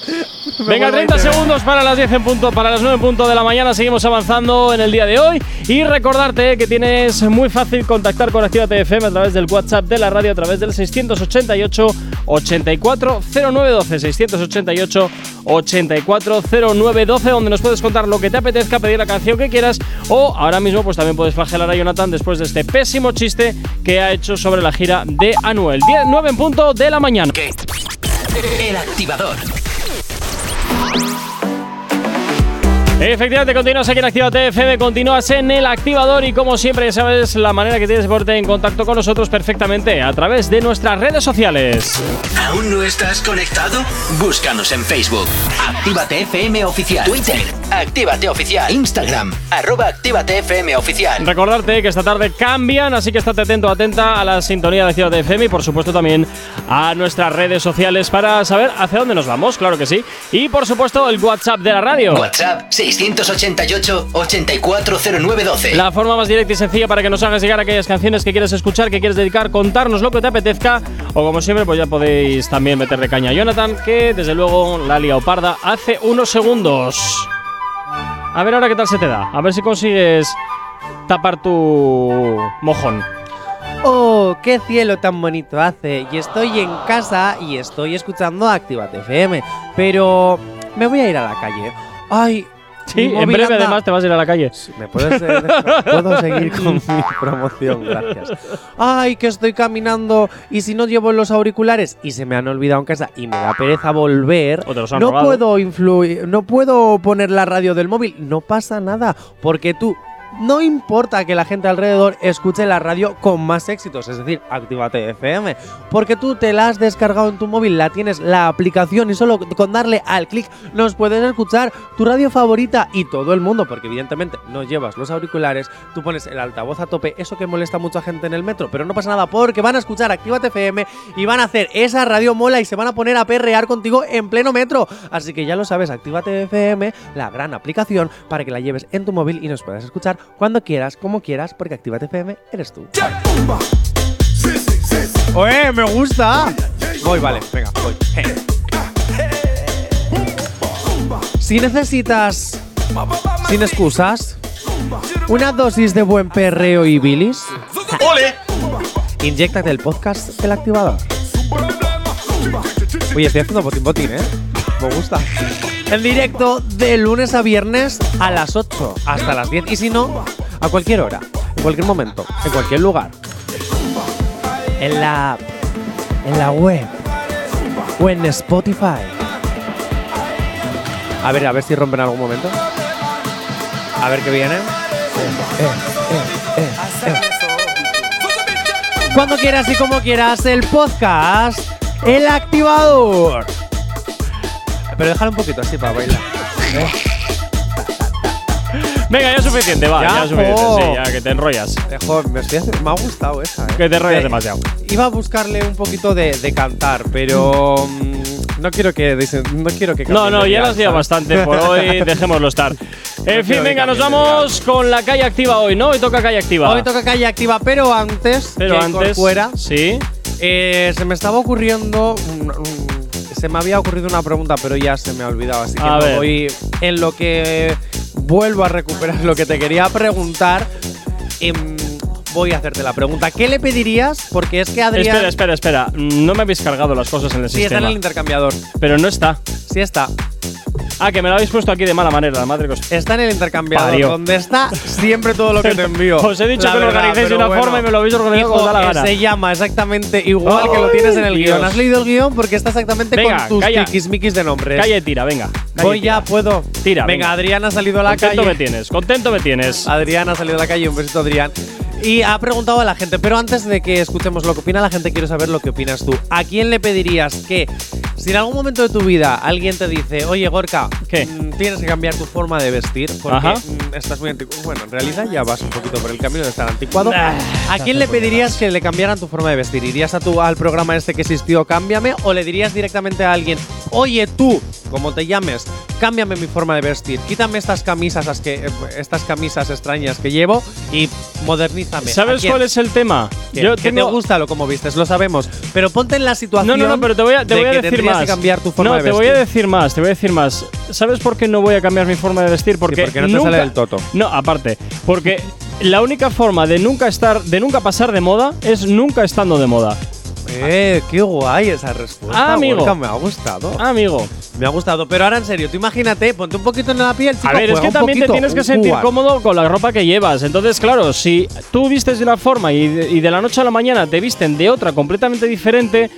[SPEAKER 3] Me vuelvo
[SPEAKER 2] Venga,
[SPEAKER 3] a
[SPEAKER 2] 30
[SPEAKER 3] ir de-
[SPEAKER 2] segundos para las 10 en punto, para las 9 en punto de la mañana. Seguimos avanzando en el día de hoy. Y recordarte que tienes muy fácil contactar con Actívate FM a través del WhatsApp de la radio, a través del 688 840912 688 840912 donde nos puedes contar lo que te apetezca, pedir la canción que quieras. O ahora mismo, pues también puedes flagelar a Jonathan después de este pésimo chiste que ha hecho sobre la gira de Anuel. 10, 9 en punto de la mañana.
[SPEAKER 1] El activador.
[SPEAKER 2] Efectivamente, continúas aquí en Actívate FM, continúas en el activador y como siempre ya sabes la manera que tienes de ponerte en contacto con nosotros perfectamente a través de nuestras redes sociales.
[SPEAKER 1] ¿Aún no estás conectado? Búscanos en Facebook. Actívate FM Oficial. Twitter. Actívate Oficial. Instagram. Arroba Actívate FM Oficial.
[SPEAKER 2] Recordarte que esta tarde cambian, así que estate atento, atenta a la sintonía de Actívate FM y por supuesto también a nuestras redes sociales para saber hacia dónde nos vamos, claro que sí. Y por supuesto el WhatsApp de la radio.
[SPEAKER 1] WhatsApp 688 840912.
[SPEAKER 2] La forma más directa y sencilla para que nos hagas llegar aquellas canciones que quieres escuchar, que quieres dedicar, contarnos lo que te apetezca. O como siempre, pues ya podéis también meterle caña a Jonathan, que desde luego la ha liado parda hace unos segundos. A ver ahora qué tal se te da. A ver si consigues tapar tu mojón.
[SPEAKER 3] Oh, qué cielo tan bonito hace. Y estoy en casa y estoy escuchando Actívate FM. Pero me voy a ir a la calle. Ay,
[SPEAKER 2] Sí,
[SPEAKER 3] Mimo
[SPEAKER 2] en breve
[SPEAKER 3] Miranda.
[SPEAKER 2] además te vas a ir a la calle.
[SPEAKER 3] ¿Me puedes eh, dejar- puedo seguir con mi promoción? Gracias. Ay, que estoy caminando y si no llevo los auriculares y se me han olvidado en casa y me da pereza volver.
[SPEAKER 2] O te los han
[SPEAKER 3] no
[SPEAKER 2] robado.
[SPEAKER 3] puedo influir, no puedo poner la radio del móvil. No pasa nada, porque tú no importa que la gente alrededor escuche la radio con más éxitos, es decir, Actívate FM, porque tú te la has descargado en tu móvil, la tienes la aplicación y solo con darle al clic nos puedes escuchar tu radio favorita y todo el mundo, porque evidentemente no llevas los auriculares, tú pones el altavoz a tope, eso que molesta a mucha gente en el metro, pero no pasa nada porque van a escuchar Actívate FM y van a hacer esa radio mola y se van a poner a perrear contigo en pleno metro. Así que ya lo sabes, Actívate FM, la gran aplicación para que la lleves en tu móvil y nos puedas escuchar cuando quieras, como quieras, porque Actívate FM eres tú. ¡Oye, me gusta! Voy, vale, venga, voy. Si necesitas, sin excusas, una dosis de buen perreo y bilis,
[SPEAKER 10] ¡Ole!
[SPEAKER 3] inyéctate el podcast El Activador. Oye, estoy haciendo botín botín, ¿eh? Me gusta. En directo de lunes a viernes a las 8 hasta las 10. Y si no, a cualquier hora, en cualquier momento, en cualquier lugar. En la app, en la web o en Spotify. A ver, a ver si rompen algún momento. A ver qué viene. eh, Cuando quieras y como quieras, el podcast, el activador. Pero déjalo un poquito así para bailar.
[SPEAKER 2] Venga, ya es suficiente, va,
[SPEAKER 3] Ya, oh.
[SPEAKER 2] ya, es suficiente.
[SPEAKER 3] jo.
[SPEAKER 2] Sí, ya que te enrollas.
[SPEAKER 3] Mejor, me, estoy haciendo- me ha gustado esa. ¿eh?
[SPEAKER 2] Que te enrollas
[SPEAKER 3] Eh,
[SPEAKER 2] demasiado.
[SPEAKER 3] Iba a buscarle un poquito de, de cantar, pero mm, no quiero que desen- no quiero que
[SPEAKER 2] No,
[SPEAKER 3] cambie
[SPEAKER 2] no,
[SPEAKER 3] de
[SPEAKER 2] ya lo
[SPEAKER 3] día,
[SPEAKER 2] has liado
[SPEAKER 3] ¿sabes?
[SPEAKER 2] bastante por hoy, dejémoslo estar. En fin,
[SPEAKER 3] quiero
[SPEAKER 2] venga,
[SPEAKER 3] que
[SPEAKER 2] nos
[SPEAKER 3] cambies de
[SPEAKER 2] vamos con la calle activa hoy, ¿no? Hoy toca calle activa.
[SPEAKER 3] Hoy toca calle activa, pero antes,
[SPEAKER 2] Pero
[SPEAKER 3] que
[SPEAKER 2] antes.
[SPEAKER 3] fuera,
[SPEAKER 2] Sí.
[SPEAKER 3] eh, se me estaba ocurriendo, un- un- se me había ocurrido una pregunta, pero ya se me ha olvidado, así que
[SPEAKER 2] A
[SPEAKER 3] no
[SPEAKER 2] ver.
[SPEAKER 3] voy en lo que vuelvo a recuperar lo que te quería preguntar. em, voy a hacerte la pregunta. ¿Qué le pedirías? Porque es que Adrián
[SPEAKER 2] Espera, espera, espera. No me habéis cargado las cosas en el
[SPEAKER 3] sí está en
[SPEAKER 2] sistema.
[SPEAKER 3] el intercambiador.
[SPEAKER 2] pero no está.
[SPEAKER 3] Sí está.
[SPEAKER 2] Ah, que me lo habéis puesto aquí de mala manera, la madre que os-
[SPEAKER 3] Está en el intercambiador,
[SPEAKER 2] Parió.
[SPEAKER 3] donde está siempre todo lo que te envío.
[SPEAKER 2] Os he dicho que lo organicéis de
[SPEAKER 3] pero
[SPEAKER 2] una forma y me lo habéis organizado
[SPEAKER 3] Hijo,
[SPEAKER 2] como os da la
[SPEAKER 3] eh,
[SPEAKER 2] gana.
[SPEAKER 3] Se llama exactamente igual que lo
[SPEAKER 2] Ay,
[SPEAKER 3] tienes en el
[SPEAKER 2] Dios.
[SPEAKER 3] guión. Has leído el guión porque está exactamente
[SPEAKER 2] Venga,
[SPEAKER 3] con tus
[SPEAKER 2] calla.
[SPEAKER 3] tiquismiquis de nombres.
[SPEAKER 2] Calle tira, venga. Calle,
[SPEAKER 3] Voy
[SPEAKER 2] tira.
[SPEAKER 3] ya, puedo.
[SPEAKER 2] Tira,
[SPEAKER 3] Venga,
[SPEAKER 2] venga.
[SPEAKER 3] Adrián ha salido a la
[SPEAKER 2] Contento me
[SPEAKER 3] calle.
[SPEAKER 2] tienes, contento me tienes.
[SPEAKER 3] Adrián ha salido a la calle, un besito Adrián. Y ha preguntado a la gente, pero antes de que escuchemos lo que opina la gente, quiero saber lo que opinas tú. ¿A quién le pedirías que, si en algún momento de tu vida alguien te dice, oye Gorka,
[SPEAKER 2] ¿Qué?
[SPEAKER 3] mm, tienes que cambiar tu forma de vestir porque
[SPEAKER 2] Ajá.
[SPEAKER 3] mm, estás muy antiguo? Bueno, en realidad ya vas un poquito por el camino de estar anticuado.
[SPEAKER 2] Ah,
[SPEAKER 3] ¿A quién le pedirías que le cambiaran tu forma de vestir? ¿Irías a tu, al programa este que existió, Cámbiame? ¿O le dirías directamente a alguien, oye tú, como te llames, cámbiame mi forma de vestir, quítame estas camisas, las que, eh, estas camisas extrañas que llevo y modernízame?
[SPEAKER 2] ¿Sabes cuál es el tema?
[SPEAKER 3] Yo que
[SPEAKER 2] tengo-
[SPEAKER 3] te gusta lo como vistes, lo sabemos. Pero ponte en la situación.
[SPEAKER 2] No, no, no, pero te voy a,
[SPEAKER 3] de
[SPEAKER 2] te voy a
[SPEAKER 3] que
[SPEAKER 2] decir
[SPEAKER 3] tendrías
[SPEAKER 2] más.
[SPEAKER 3] que cambiar tu forma
[SPEAKER 2] no,
[SPEAKER 3] de
[SPEAKER 2] te
[SPEAKER 3] vestir.
[SPEAKER 2] voy a decir más, te voy a decir más. ¿Sabes por qué no voy a cambiar mi forma de vestir? Porque,
[SPEAKER 3] porque no te
[SPEAKER 2] nunca-
[SPEAKER 3] sale del toto.
[SPEAKER 2] No, aparte, porque la única forma de nunca estar, de nunca pasar de moda es nunca estando de moda.
[SPEAKER 3] Eh, qué guay esa respuesta.
[SPEAKER 2] Ah, amigo. Ah,
[SPEAKER 3] Gorka, me ha gustado.
[SPEAKER 2] Amigo,
[SPEAKER 3] Me ha gustado, pero ahora en serio, tú imagínate, ponte un poquito en la piel, chico,
[SPEAKER 2] a ver, es
[SPEAKER 3] juega
[SPEAKER 2] que
[SPEAKER 3] un
[SPEAKER 2] también te
[SPEAKER 3] poquito,
[SPEAKER 2] tienes que
[SPEAKER 3] un
[SPEAKER 2] sentir
[SPEAKER 3] jugar.
[SPEAKER 2] cómodo con la ropa que llevas. Entonces, claro, si tú vistes de una forma y de, y de la noche a la mañana te visten de otra completamente diferente,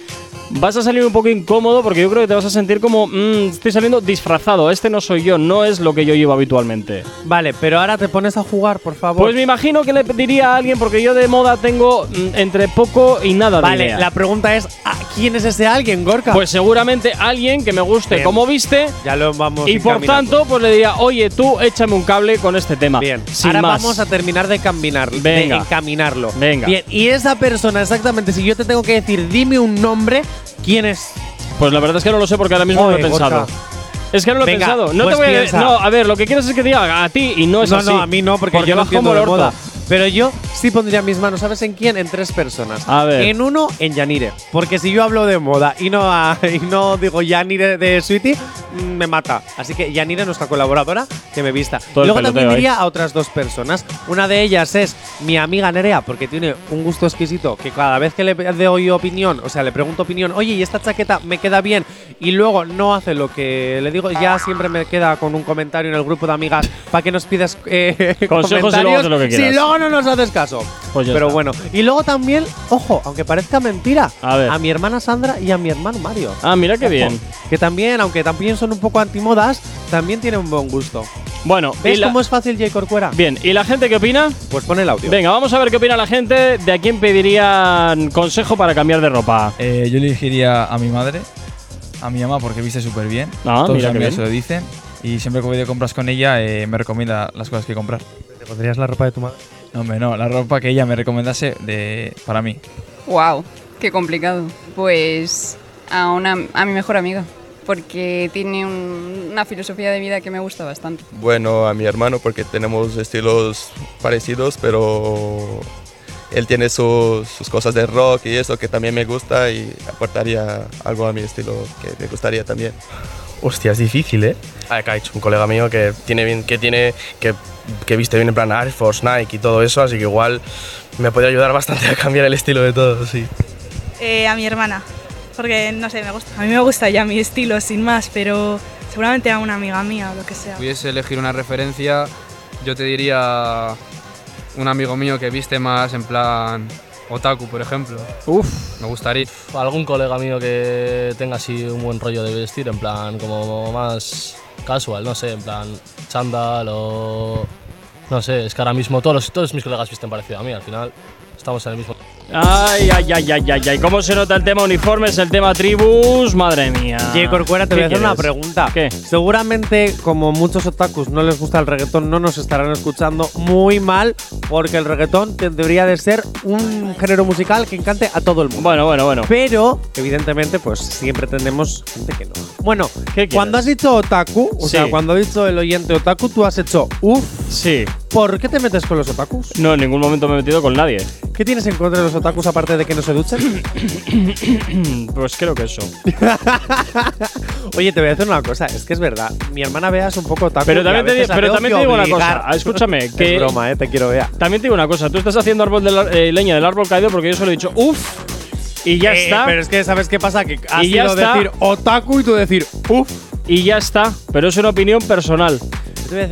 [SPEAKER 2] vas a salir un poco incómodo porque yo creo que te vas a sentir como, "Mm, estoy saliendo disfrazado, este no soy yo, no es lo que yo llevo habitualmente.
[SPEAKER 3] Vale, pero ahora te pones a jugar, por favor.
[SPEAKER 2] Pues me imagino que le pediría a alguien, porque yo de moda tengo mm, entre poco y nada de
[SPEAKER 3] vale,
[SPEAKER 2] idea.
[SPEAKER 3] la pregunta es, ¿a ¿quién es ese alguien, Gorka?
[SPEAKER 2] Pues seguramente alguien que me guste
[SPEAKER 3] Bien.
[SPEAKER 2] como viste.
[SPEAKER 3] ya lo vamos
[SPEAKER 2] Y por
[SPEAKER 3] encaminando.
[SPEAKER 2] tanto, pues le diría, oye, tú échame un cable con este tema.
[SPEAKER 3] Bien,
[SPEAKER 2] Sin
[SPEAKER 3] ahora
[SPEAKER 2] más.
[SPEAKER 3] vamos a terminar de caminar,
[SPEAKER 2] Venga.
[SPEAKER 3] de encaminarlo.
[SPEAKER 2] Venga.
[SPEAKER 3] Bien, y esa persona exactamente, si yo te tengo que decir, dime un nombre, ¿quién es?
[SPEAKER 2] Pues la verdad es que no lo sé porque ahora mismo no lo he
[SPEAKER 3] Oye,
[SPEAKER 2] pensado.
[SPEAKER 3] Gorka.
[SPEAKER 2] Es que no lo he
[SPEAKER 3] Venga,
[SPEAKER 2] pensado. No
[SPEAKER 3] pues
[SPEAKER 2] te voy a
[SPEAKER 3] piensa.
[SPEAKER 2] No, a ver, lo que quieres es que te diga a ti y no es
[SPEAKER 3] no,
[SPEAKER 2] así.
[SPEAKER 3] no, a mí no, porque, yo no
[SPEAKER 2] vas
[SPEAKER 3] entiendo
[SPEAKER 2] como el
[SPEAKER 3] de
[SPEAKER 2] orto.
[SPEAKER 3] moda. Pero yo Sí pondría mis manos, ¿sabes en quién? En tres personas.
[SPEAKER 2] A ver.
[SPEAKER 3] En uno, en Yanire. Porque si yo hablo de moda y no, a- y no digo Yanire de Sweetie, mm, me mata. Así que Yanire, nuestra colaboradora, que me vista.
[SPEAKER 2] Todo el
[SPEAKER 3] Luego también
[SPEAKER 2] peloteo, ¿eh?
[SPEAKER 3] diría a otras dos personas. Una de ellas es mi amiga Nerea, porque tiene un gusto exquisito, que cada vez que le doy opinión, o sea, le pregunto opinión, oye, ¿y esta chaqueta me queda bien? Y luego no hace lo que le digo, ya siempre me queda con un comentario en el grupo de amigas para que nos pidas eh,
[SPEAKER 2] Consejos y luego
[SPEAKER 3] comentarios,
[SPEAKER 2] haces lo que
[SPEAKER 3] si
[SPEAKER 2] quieras.
[SPEAKER 3] luego no nos haces caso.
[SPEAKER 2] Pues ya
[SPEAKER 3] Pero
[SPEAKER 2] está.
[SPEAKER 3] bueno, y luego también, ojo, aunque parezca mentira,
[SPEAKER 2] A ver.
[SPEAKER 3] mi hermana Sandra y a mi hermano Mario.
[SPEAKER 2] Ah, mira qué
[SPEAKER 3] Ojo,
[SPEAKER 2] bien.
[SPEAKER 3] Que también, aunque también son un poco antimodas, también tienen un buen gusto.
[SPEAKER 2] Bueno, y
[SPEAKER 3] ¿Ves
[SPEAKER 2] la-
[SPEAKER 3] cómo es fácil J. Corcuera?
[SPEAKER 2] bien, ¿y la gente qué opina?
[SPEAKER 3] Pues pon el audio.
[SPEAKER 2] Venga, vamos a ver qué opina la gente. ¿De a quién pedirían consejo para cambiar de ropa?
[SPEAKER 10] Eh, yo elegiría a mi madre, a mi mamá, porque viste súper bien.
[SPEAKER 2] Ah,
[SPEAKER 10] Todos
[SPEAKER 2] mira
[SPEAKER 10] los
[SPEAKER 2] qué bien.
[SPEAKER 10] amigos se lo dicen. Y siempre que voy de compras con ella, eh, me recomienda las cosas que comprar.
[SPEAKER 5] ¿Te pondrías la ropa de tu madre?
[SPEAKER 10] No, hombre, no, la ropa que ella me recomendase de, para mí.
[SPEAKER 11] Wow, qué complicado. Pues a una a mi mejor amiga, porque tiene un- una filosofía de vida que me gusta bastante.
[SPEAKER 12] Bueno, a mi hermano porque tenemos estilos parecidos, pero él tiene sus, sus cosas de rock y eso que también me gusta y aportaría algo a mi estilo que me gustaría también.
[SPEAKER 13] Hostia, es difícil, ¿eh? Acá hay un colega mío que tiene bien, que tiene, que, que viste bien en plan Air Force, Nike y todo eso, así que igual me podría ayudar bastante a cambiar el estilo de todo, sí.
[SPEAKER 14] Eh, a mi hermana, porque no sé, me gusta. A mí me gusta ya mi estilo, sin más, pero seguramente a una amiga mía o lo que sea.
[SPEAKER 15] pudiese elegir una referencia, yo te diría un amigo mío que viste más en plan otaku, por ejemplo. Uf. Me gustaría.
[SPEAKER 16] Algún colega mío que tenga así un buen rollo de vestir, en plan como más casual, no sé, en plan chándal o... No sé, es que ahora mismo todos, los- todos mis colegas visten parecido a mí, al final estamos en el mismo...
[SPEAKER 2] Ay, ay, ay, ay, ay, ay. ¿Cómo se nota el tema uniformes, el tema tribus? Madre mía.
[SPEAKER 3] J. Corcuera, te voy a
[SPEAKER 2] ¿Qué
[SPEAKER 3] hacer una
[SPEAKER 2] quieres?
[SPEAKER 3] pregunta.
[SPEAKER 2] ¿Qué?
[SPEAKER 3] Seguramente, como muchos otakus no les gusta el reggaetón, no nos estarán escuchando muy mal, porque el reggaetón te- debería de ser un género musical que encante a todo el mundo.
[SPEAKER 2] Bueno, bueno, bueno.
[SPEAKER 3] Pero, evidentemente, pues siempre tenemos gente que no. Bueno,
[SPEAKER 2] ¿Qué quieres?
[SPEAKER 3] cuando has dicho otaku, o
[SPEAKER 2] Sí.
[SPEAKER 3] sea, cuando ha dicho el oyente otaku, tú has hecho uff.
[SPEAKER 2] Sí.
[SPEAKER 3] ¿Por qué te metes con los otakus?
[SPEAKER 2] No, en ningún momento me he metido con nadie.
[SPEAKER 3] ¿Qué tienes en contra de los otakus aparte de que no se duchen?
[SPEAKER 2] pues creo que eso.
[SPEAKER 3] Oye, te voy a decir una cosa, es que es verdad. Mi hermana Bea es un poco otaku.
[SPEAKER 2] Pero
[SPEAKER 3] y
[SPEAKER 2] también
[SPEAKER 3] a
[SPEAKER 2] te
[SPEAKER 3] veces
[SPEAKER 2] di-
[SPEAKER 3] la
[SPEAKER 2] pero
[SPEAKER 3] tengo
[SPEAKER 2] también
[SPEAKER 3] que
[SPEAKER 2] te digo una
[SPEAKER 3] obligar.
[SPEAKER 2] cosa, escúchame,
[SPEAKER 3] Es
[SPEAKER 2] que-
[SPEAKER 3] broma, eh, te quiero Bea.
[SPEAKER 2] También te digo una cosa, tú estás haciendo árbol de la- eh, leña del árbol caído porque yo solo he dicho uff y ya
[SPEAKER 3] Eh,
[SPEAKER 2] está.
[SPEAKER 3] Pero es que, ¿sabes qué pasa? Que has
[SPEAKER 2] Y ya
[SPEAKER 3] sido
[SPEAKER 2] está.
[SPEAKER 3] decir otaku y tú decir uff.
[SPEAKER 2] Y ya está, pero es una opinión personal.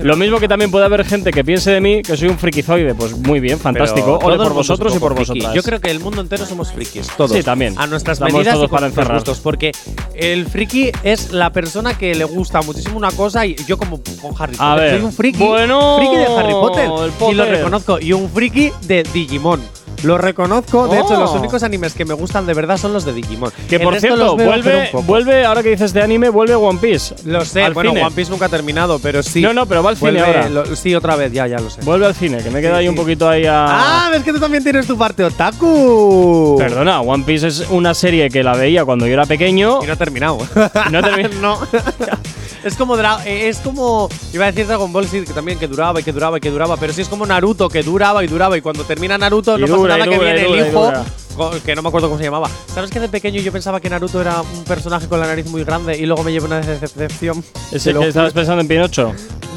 [SPEAKER 2] Lo mismo que también puede haber gente que piense de mí que soy un frikizoide. Pues muy bien, fantástico.
[SPEAKER 3] Pero todo
[SPEAKER 2] Ole
[SPEAKER 3] el
[SPEAKER 2] por
[SPEAKER 3] mundo es un
[SPEAKER 2] vosotros y
[SPEAKER 3] poco
[SPEAKER 2] por
[SPEAKER 3] friki.
[SPEAKER 2] vosotras.
[SPEAKER 3] Yo creo que el mundo entero somos frikis, todos.
[SPEAKER 2] Sí, también.
[SPEAKER 3] A nuestras
[SPEAKER 2] Estamos
[SPEAKER 3] medidas y
[SPEAKER 2] todos
[SPEAKER 3] con
[SPEAKER 2] para
[SPEAKER 3] nuestros
[SPEAKER 2] encerrar.
[SPEAKER 3] gustos, porque el friki es la persona que le gusta muchísimo una cosa y yo como con Harry
[SPEAKER 2] A
[SPEAKER 3] Potter
[SPEAKER 2] ver.
[SPEAKER 3] soy un friki,
[SPEAKER 2] Bueno,
[SPEAKER 3] friki de Harry Potter, y
[SPEAKER 2] el
[SPEAKER 3] lo
[SPEAKER 2] Potter.
[SPEAKER 3] reconozco y un friki de Digimon. Lo reconozco, de hecho
[SPEAKER 2] Oh.
[SPEAKER 3] los únicos animes que me gustan de verdad son los de Digimon.
[SPEAKER 2] Que
[SPEAKER 3] El
[SPEAKER 2] por
[SPEAKER 3] resto
[SPEAKER 2] cierto,
[SPEAKER 3] los veo, pero
[SPEAKER 2] vuelve,
[SPEAKER 3] un poco.
[SPEAKER 2] vuelve, ahora que dices de anime, vuelve One Piece.
[SPEAKER 3] Lo sé,
[SPEAKER 2] al
[SPEAKER 3] bueno,
[SPEAKER 2] cine.
[SPEAKER 3] One Piece nunca ha terminado, pero sí.
[SPEAKER 2] No, no, pero va al cine
[SPEAKER 3] Vuelve
[SPEAKER 2] ahora.
[SPEAKER 3] lo- sí, otra vez, ya, ya lo sé.
[SPEAKER 2] Vuelve al cine, que me he quedado
[SPEAKER 3] Sí,
[SPEAKER 2] ahí un
[SPEAKER 3] sí.
[SPEAKER 2] poquito ahí a.
[SPEAKER 3] Ah, ves que tú también tienes tu parte otaku.
[SPEAKER 2] Perdona, One Piece es una serie que la veía cuando yo era pequeño. Y
[SPEAKER 3] no ha terminado.
[SPEAKER 2] no ha terminado.
[SPEAKER 3] no. es como Dra- eh, es como iba a decir Dragon Ball sí, que también que duraba y que duraba y que duraba, pero sí es como Naruto que duraba y duraba y cuando termina Naruto
[SPEAKER 2] Y
[SPEAKER 3] no
[SPEAKER 2] dura,
[SPEAKER 3] pasa
[SPEAKER 2] y
[SPEAKER 3] nada que
[SPEAKER 2] dura,
[SPEAKER 3] viene
[SPEAKER 2] y dura,
[SPEAKER 3] el
[SPEAKER 2] y
[SPEAKER 3] hijo.
[SPEAKER 2] dura.
[SPEAKER 3] co- Que no me acuerdo cómo se llamaba. ¿Sabes que de pequeño yo pensaba que Naruto era un personaje con la nariz muy grande y luego me llevé una decepción?
[SPEAKER 2] ¿Es
[SPEAKER 3] Te
[SPEAKER 2] el
[SPEAKER 3] lo
[SPEAKER 2] que
[SPEAKER 3] juro.
[SPEAKER 2] estabas pensando en Pinocho?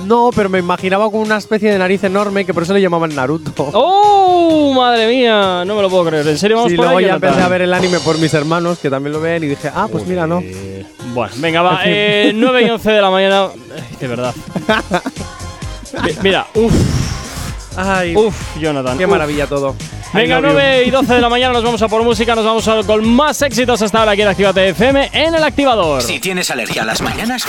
[SPEAKER 3] No, pero me imaginaba con una especie de nariz enorme que por eso le llamaban Naruto.
[SPEAKER 2] ¡Oh! Madre mía, no me lo puedo creer. ¿En serio vamos
[SPEAKER 3] y
[SPEAKER 2] por
[SPEAKER 3] luego
[SPEAKER 2] ahí,
[SPEAKER 3] ya
[SPEAKER 2] Jonathan?
[SPEAKER 3] empecé a ver el anime por mis hermanos que también lo ven y dije, ah, pues mira, no.
[SPEAKER 2] Bueno, venga, va. eh, 9 y 11 de la mañana. Ay, de verdad. Mi- Mira, uff,
[SPEAKER 3] Ay,
[SPEAKER 2] uff, Jonathan.
[SPEAKER 3] qué
[SPEAKER 2] uf.
[SPEAKER 3] maravilla todo.
[SPEAKER 2] Venga,
[SPEAKER 3] I love you.
[SPEAKER 2] 9 y 12 de la mañana nos vamos a por música, nos vamos a con más éxitos hasta ahora aquí en Activate FM en el activador.
[SPEAKER 1] Si tienes alergia a las mañanas,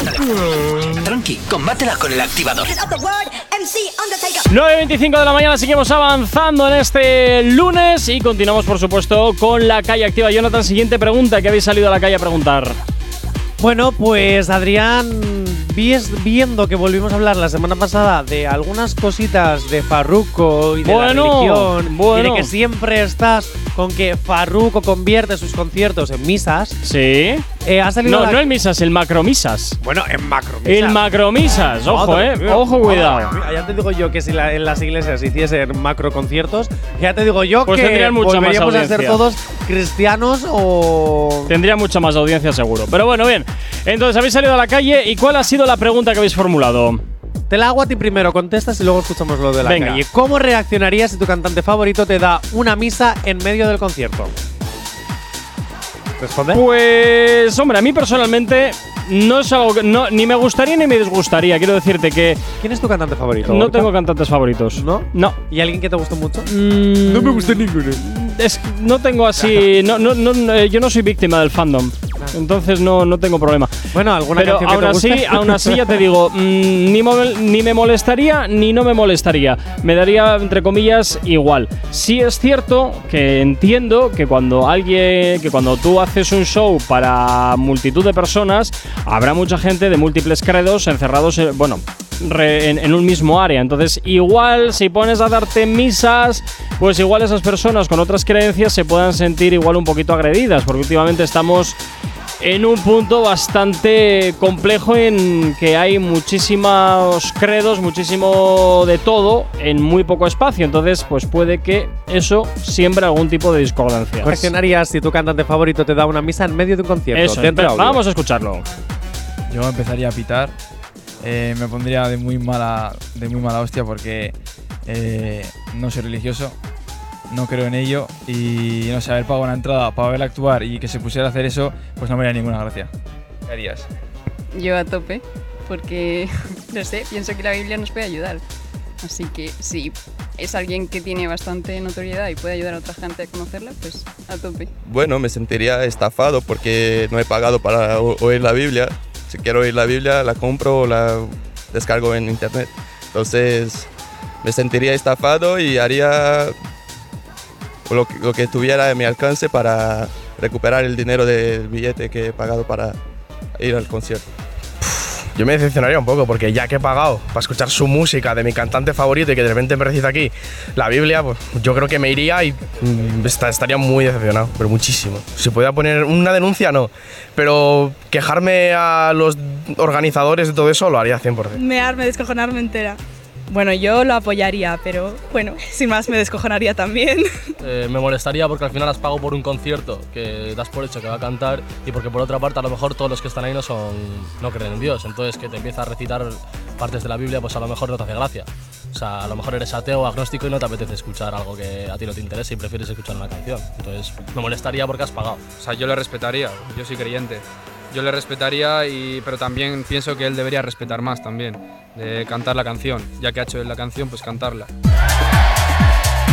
[SPEAKER 1] tranqui, combátela con el activador.
[SPEAKER 4] Of the word MC Undertaker.
[SPEAKER 2] 9.25 de la mañana, seguimos avanzando en este lunes y continuamos, por supuesto, con la calle activa. Jonathan, siguiente pregunta que habéis salido a la calle a preguntar.
[SPEAKER 3] Bueno, pues Adrián, vies- viendo que volvimos a hablar la semana pasada de algunas cositas de Farruko y de
[SPEAKER 2] Bueno,
[SPEAKER 3] la religión y
[SPEAKER 2] bueno.
[SPEAKER 3] de que siempre estás con que Farruko convierte sus conciertos en misas,
[SPEAKER 2] Sí.
[SPEAKER 3] Eh, ha salido
[SPEAKER 2] No,
[SPEAKER 3] la-
[SPEAKER 2] no el misas, el macromisas.
[SPEAKER 3] Bueno, el macromisas.
[SPEAKER 2] El macromisas, ojo,
[SPEAKER 3] Madre
[SPEAKER 2] eh.
[SPEAKER 3] mía.
[SPEAKER 2] Ojo, cuidado.
[SPEAKER 3] Madre mía, Ya te digo yo que si la- en las iglesias hiciesen macroconciertos, ya te digo yo
[SPEAKER 2] Pues
[SPEAKER 3] que
[SPEAKER 2] tendrían mucha más
[SPEAKER 3] volveríamos a ser
[SPEAKER 2] audiencia.
[SPEAKER 3] todos cristianos o.
[SPEAKER 2] Tendría mucha más audiencia seguro. Pero bueno, bien. Entonces, habéis salido a la calle y ¿cuál ha sido la pregunta que habéis formulado?
[SPEAKER 3] Te la hago a ti primero, contestas y luego escuchamos lo de la
[SPEAKER 2] Venga.
[SPEAKER 3] calle. ¿Cómo reaccionarías si tu cantante favorito te da una misa en medio del concierto? ¿Responde?
[SPEAKER 2] Pues, hombre, a mí personalmente no es algo que. no- ni me gustaría ni me disgustaría. Quiero decirte que.
[SPEAKER 3] ¿Quién es tu cantante favorito?
[SPEAKER 2] No
[SPEAKER 3] Gorka?
[SPEAKER 2] tengo cantantes favoritos.
[SPEAKER 3] ¿No?
[SPEAKER 2] No.
[SPEAKER 3] ¿Y alguien que te gustó mucho?
[SPEAKER 2] no
[SPEAKER 3] me gusta ninguno.
[SPEAKER 2] Es, no tengo así. No, no, no, no, eh, yo no soy víctima del fandom. Entonces no, no tengo problema.
[SPEAKER 3] Ah. Bueno, alguna
[SPEAKER 2] Pero
[SPEAKER 3] canción que
[SPEAKER 2] aún
[SPEAKER 3] te
[SPEAKER 2] así,
[SPEAKER 3] guste?
[SPEAKER 2] aún así ya te digo, mm, ni, mo- ni me molestaría ni no me molestaría. Me daría, entre comillas, igual. Sí es cierto que entiendo que cuando alguien, que cuando tú haces un show para multitud de personas, habrá mucha gente de múltiples credos encerrados, en- bueno, re- en, en un mismo área. Entonces, igual si pones a darte misas, pues igual esas personas con otras creencias se puedan sentir igual un poquito agredidas, porque últimamente estamos en un punto bastante complejo en que hay muchísimos credos, muchísimo de todo en muy poco espacio. Entonces, pues puede que eso siembre algún tipo de discordancia.
[SPEAKER 3] ¿Cómo reaccionarías si tu cantante favorito te da una misa en medio de un concierto?
[SPEAKER 2] Eso,
[SPEAKER 3] Dentro
[SPEAKER 2] espera,
[SPEAKER 3] audio.
[SPEAKER 2] vamos a escucharlo.
[SPEAKER 10] Yo empezaría a pitar. eh, me pondría de muy mala, de muy mala hostia porque eh, no soy religioso, no creo en ello y no sé, haber pagado una entrada para verla actuar y que se pusiera a hacer eso, pues no me haría ninguna gracia. ¿Qué harías?
[SPEAKER 11] Yo a tope, porque, no sé, pienso que la Biblia nos puede ayudar. Así que si es alguien que tiene bastante notoriedad y puede ayudar a otra gente a conocerla, pues a tope.
[SPEAKER 12] Bueno, me sentiría estafado porque no he pagado para o- oír la Biblia. Si quiero oír la Biblia, la compro o la descargo en internet. Entonces, me sentiría estafado y haría lo que, lo que tuviera a mi alcance para recuperar el dinero del billete que he pagado para ir al concierto.
[SPEAKER 13] Yo me decepcionaría un poco porque ya que he pagado para escuchar su música de mi cantante favorito y que de repente me recita aquí la Biblia, pues yo creo que me iría y mm, esta- estaría muy decepcionado, pero muchísimo. Si pudiera poner una denuncia, no, pero quejarme a los organizadores de todo eso lo haría 100%.
[SPEAKER 14] Mearme, descojonarme entera. Bueno, yo lo apoyaría, pero bueno, sin más me descojonaría también.
[SPEAKER 16] Eh, me molestaría porque al final has pagado por un concierto que das por hecho que va a cantar y porque por otra parte a lo mejor todos los que están ahí no son no creen en Dios. Entonces que te empieza a recitar partes de la Biblia pues a lo mejor no te hace gracia. O sea, a lo mejor eres ateo o agnóstico y no te apetece escuchar algo que a ti no te interesa y prefieres escuchar una canción. Entonces me molestaría porque has pagado.
[SPEAKER 15] O sea, yo le respetaría, yo soy creyente. Yo le respetaría, y, pero también pienso que él debería respetar más también, de cantar la canción. Ya que ha hecho él la canción, pues cantarla.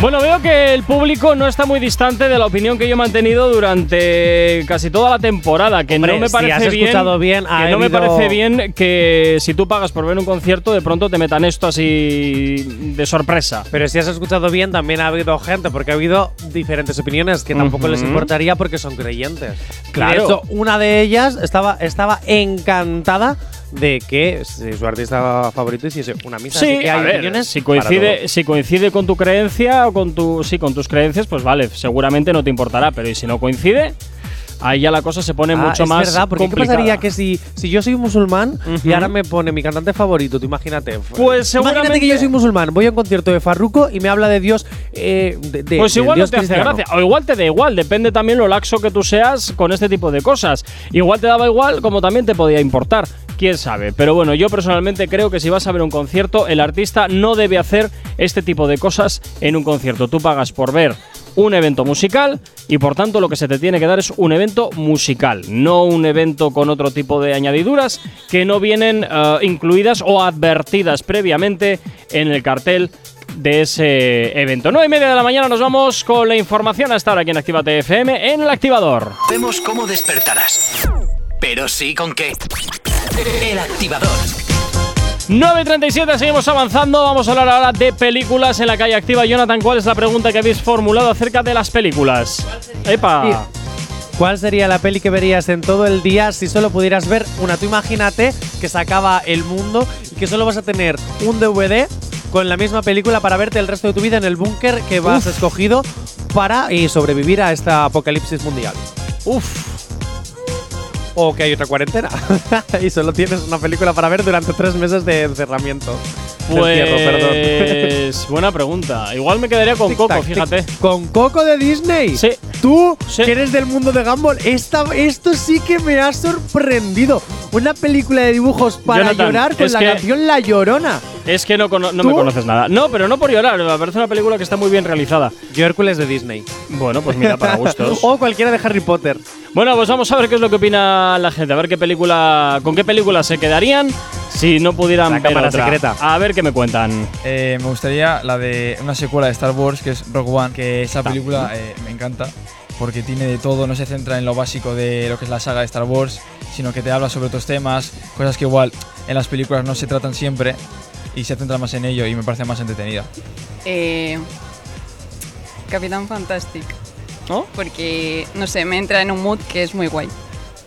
[SPEAKER 2] Bueno, veo que el público no está muy distante de la opinión que yo he mantenido durante casi toda la temporada, que
[SPEAKER 3] Hombre,
[SPEAKER 2] no me
[SPEAKER 3] si
[SPEAKER 2] parece
[SPEAKER 3] has
[SPEAKER 2] bien,
[SPEAKER 3] escuchado bien, ha
[SPEAKER 2] que no me
[SPEAKER 3] habido-
[SPEAKER 2] parece bien que si tú pagas por ver un concierto de pronto te metan esto así de sorpresa.
[SPEAKER 3] Pero si has escuchado bien, también ha habido gente, porque ha habido diferentes opiniones que tampoco les
[SPEAKER 2] Ujú.
[SPEAKER 3] importaría porque son creyentes.
[SPEAKER 2] Claro.
[SPEAKER 3] De hecho, una de ellas estaba, estaba encantada de que si su artista favorito hiciese una misa.
[SPEAKER 2] Sí,
[SPEAKER 3] Así que
[SPEAKER 2] a
[SPEAKER 3] hay
[SPEAKER 2] ver,
[SPEAKER 3] opiniones
[SPEAKER 2] si
[SPEAKER 3] para todo.
[SPEAKER 2] coincide, si coincide con tu creencia o con tu sí, con tus creencias, pues vale, seguramente no te importará, pero y si no coincide, ahí ya la cosa se pone
[SPEAKER 3] Ah,
[SPEAKER 2] mucho
[SPEAKER 3] es
[SPEAKER 2] más
[SPEAKER 3] verdad, porque ¿qué
[SPEAKER 2] complicada.
[SPEAKER 3] pasaría que si, si yo soy musulmán y
[SPEAKER 2] Ujú.
[SPEAKER 3] ahora me pone mi cantante favorito, tú imagínate.
[SPEAKER 2] Pues
[SPEAKER 3] Imagínate
[SPEAKER 2] seguramente-
[SPEAKER 3] que yo soy musulmán, voy a un concierto de Farruko y me habla de Dios. eh, de, de-
[SPEAKER 2] pues
[SPEAKER 3] del
[SPEAKER 2] igual no
[SPEAKER 3] Dios
[SPEAKER 2] te hace
[SPEAKER 3] cristiano.
[SPEAKER 2] gracia, o igual te da igual, depende también lo laxo que tú seas con este tipo de cosas. Igual te daba igual como también te podía importar, quién sabe. Pero bueno, yo personalmente creo que si vas a ver un concierto, el artista no debe hacer este tipo de cosas en un concierto. Tú pagas por ver un evento musical y por tanto lo que se te tiene que dar es un evento musical, no un evento con otro tipo de añadiduras que no vienen eh, incluidas o advertidas previamente en el cartel de ese evento. 9 y media de la mañana nos vamos con la información hasta ahora aquí en Actívate FM en el activador.
[SPEAKER 1] Vemos cómo despertarás. Pero sí con qué. El activador.
[SPEAKER 2] 9.37, seguimos avanzando. Vamos a hablar ahora de películas en la calle activa. Jonathan, ¿cuál es la pregunta que habéis formulado acerca de las películas? ¡Epa!
[SPEAKER 3] ¿Cuál sería la peli que verías en todo el día si solo pudieras ver una? Tú imagínate que se acaba el mundo y que solo vas a tener un DVD con la misma película para verte el resto de tu vida en el búnker que vas escogido para eh, sobrevivir a esta apocalipsis mundial.
[SPEAKER 2] Uf.
[SPEAKER 3] o que hay otra cuarentena. y solo tienes una película para ver durante tres meses de encerramiento. De encierro, perdón.
[SPEAKER 2] Pues buena pregunta. Igual me quedaría con
[SPEAKER 3] Tic-tac,
[SPEAKER 2] Coco,
[SPEAKER 3] tic-
[SPEAKER 2] fíjate.
[SPEAKER 3] ¿Con Coco de Disney?
[SPEAKER 2] Sí.
[SPEAKER 3] Tú, que eres del mundo de Gumball, esta, esto sí que me ha sorprendido. Una película de dibujos para
[SPEAKER 2] Jonathan,
[SPEAKER 3] llorar con
[SPEAKER 2] es
[SPEAKER 3] la
[SPEAKER 2] que-
[SPEAKER 3] canción La Llorona.
[SPEAKER 2] Es que no, cono- no me
[SPEAKER 3] ¿Tú?
[SPEAKER 2] conoces nada. No, pero no por llorar. Me parece una película que está muy bien realizada.
[SPEAKER 3] Yo Hércules de Disney.
[SPEAKER 2] Bueno, pues mira, para gustos.
[SPEAKER 3] o cualquiera de Harry Potter.
[SPEAKER 2] Bueno, pues vamos a ver qué es lo que opina la gente. A ver qué película, con qué película se quedarían si no pudieran
[SPEAKER 10] La
[SPEAKER 2] ver
[SPEAKER 10] cámara
[SPEAKER 2] otra.
[SPEAKER 10] secreta.
[SPEAKER 2] A ver qué me cuentan.
[SPEAKER 10] Eh, me gustaría la de una secuela de Star Wars que es Rock One, que esa película eh, me encanta porque tiene de todo, no se centra en lo básico de lo que es la saga de Star Wars, sino que te habla sobre otros temas, cosas que igual en las películas no se tratan siempre y se centra más en ello y me parece más entretenida.
[SPEAKER 11] Eh, Capitán Fantastic. Porque, no sé, me entra en un mood que es muy guay.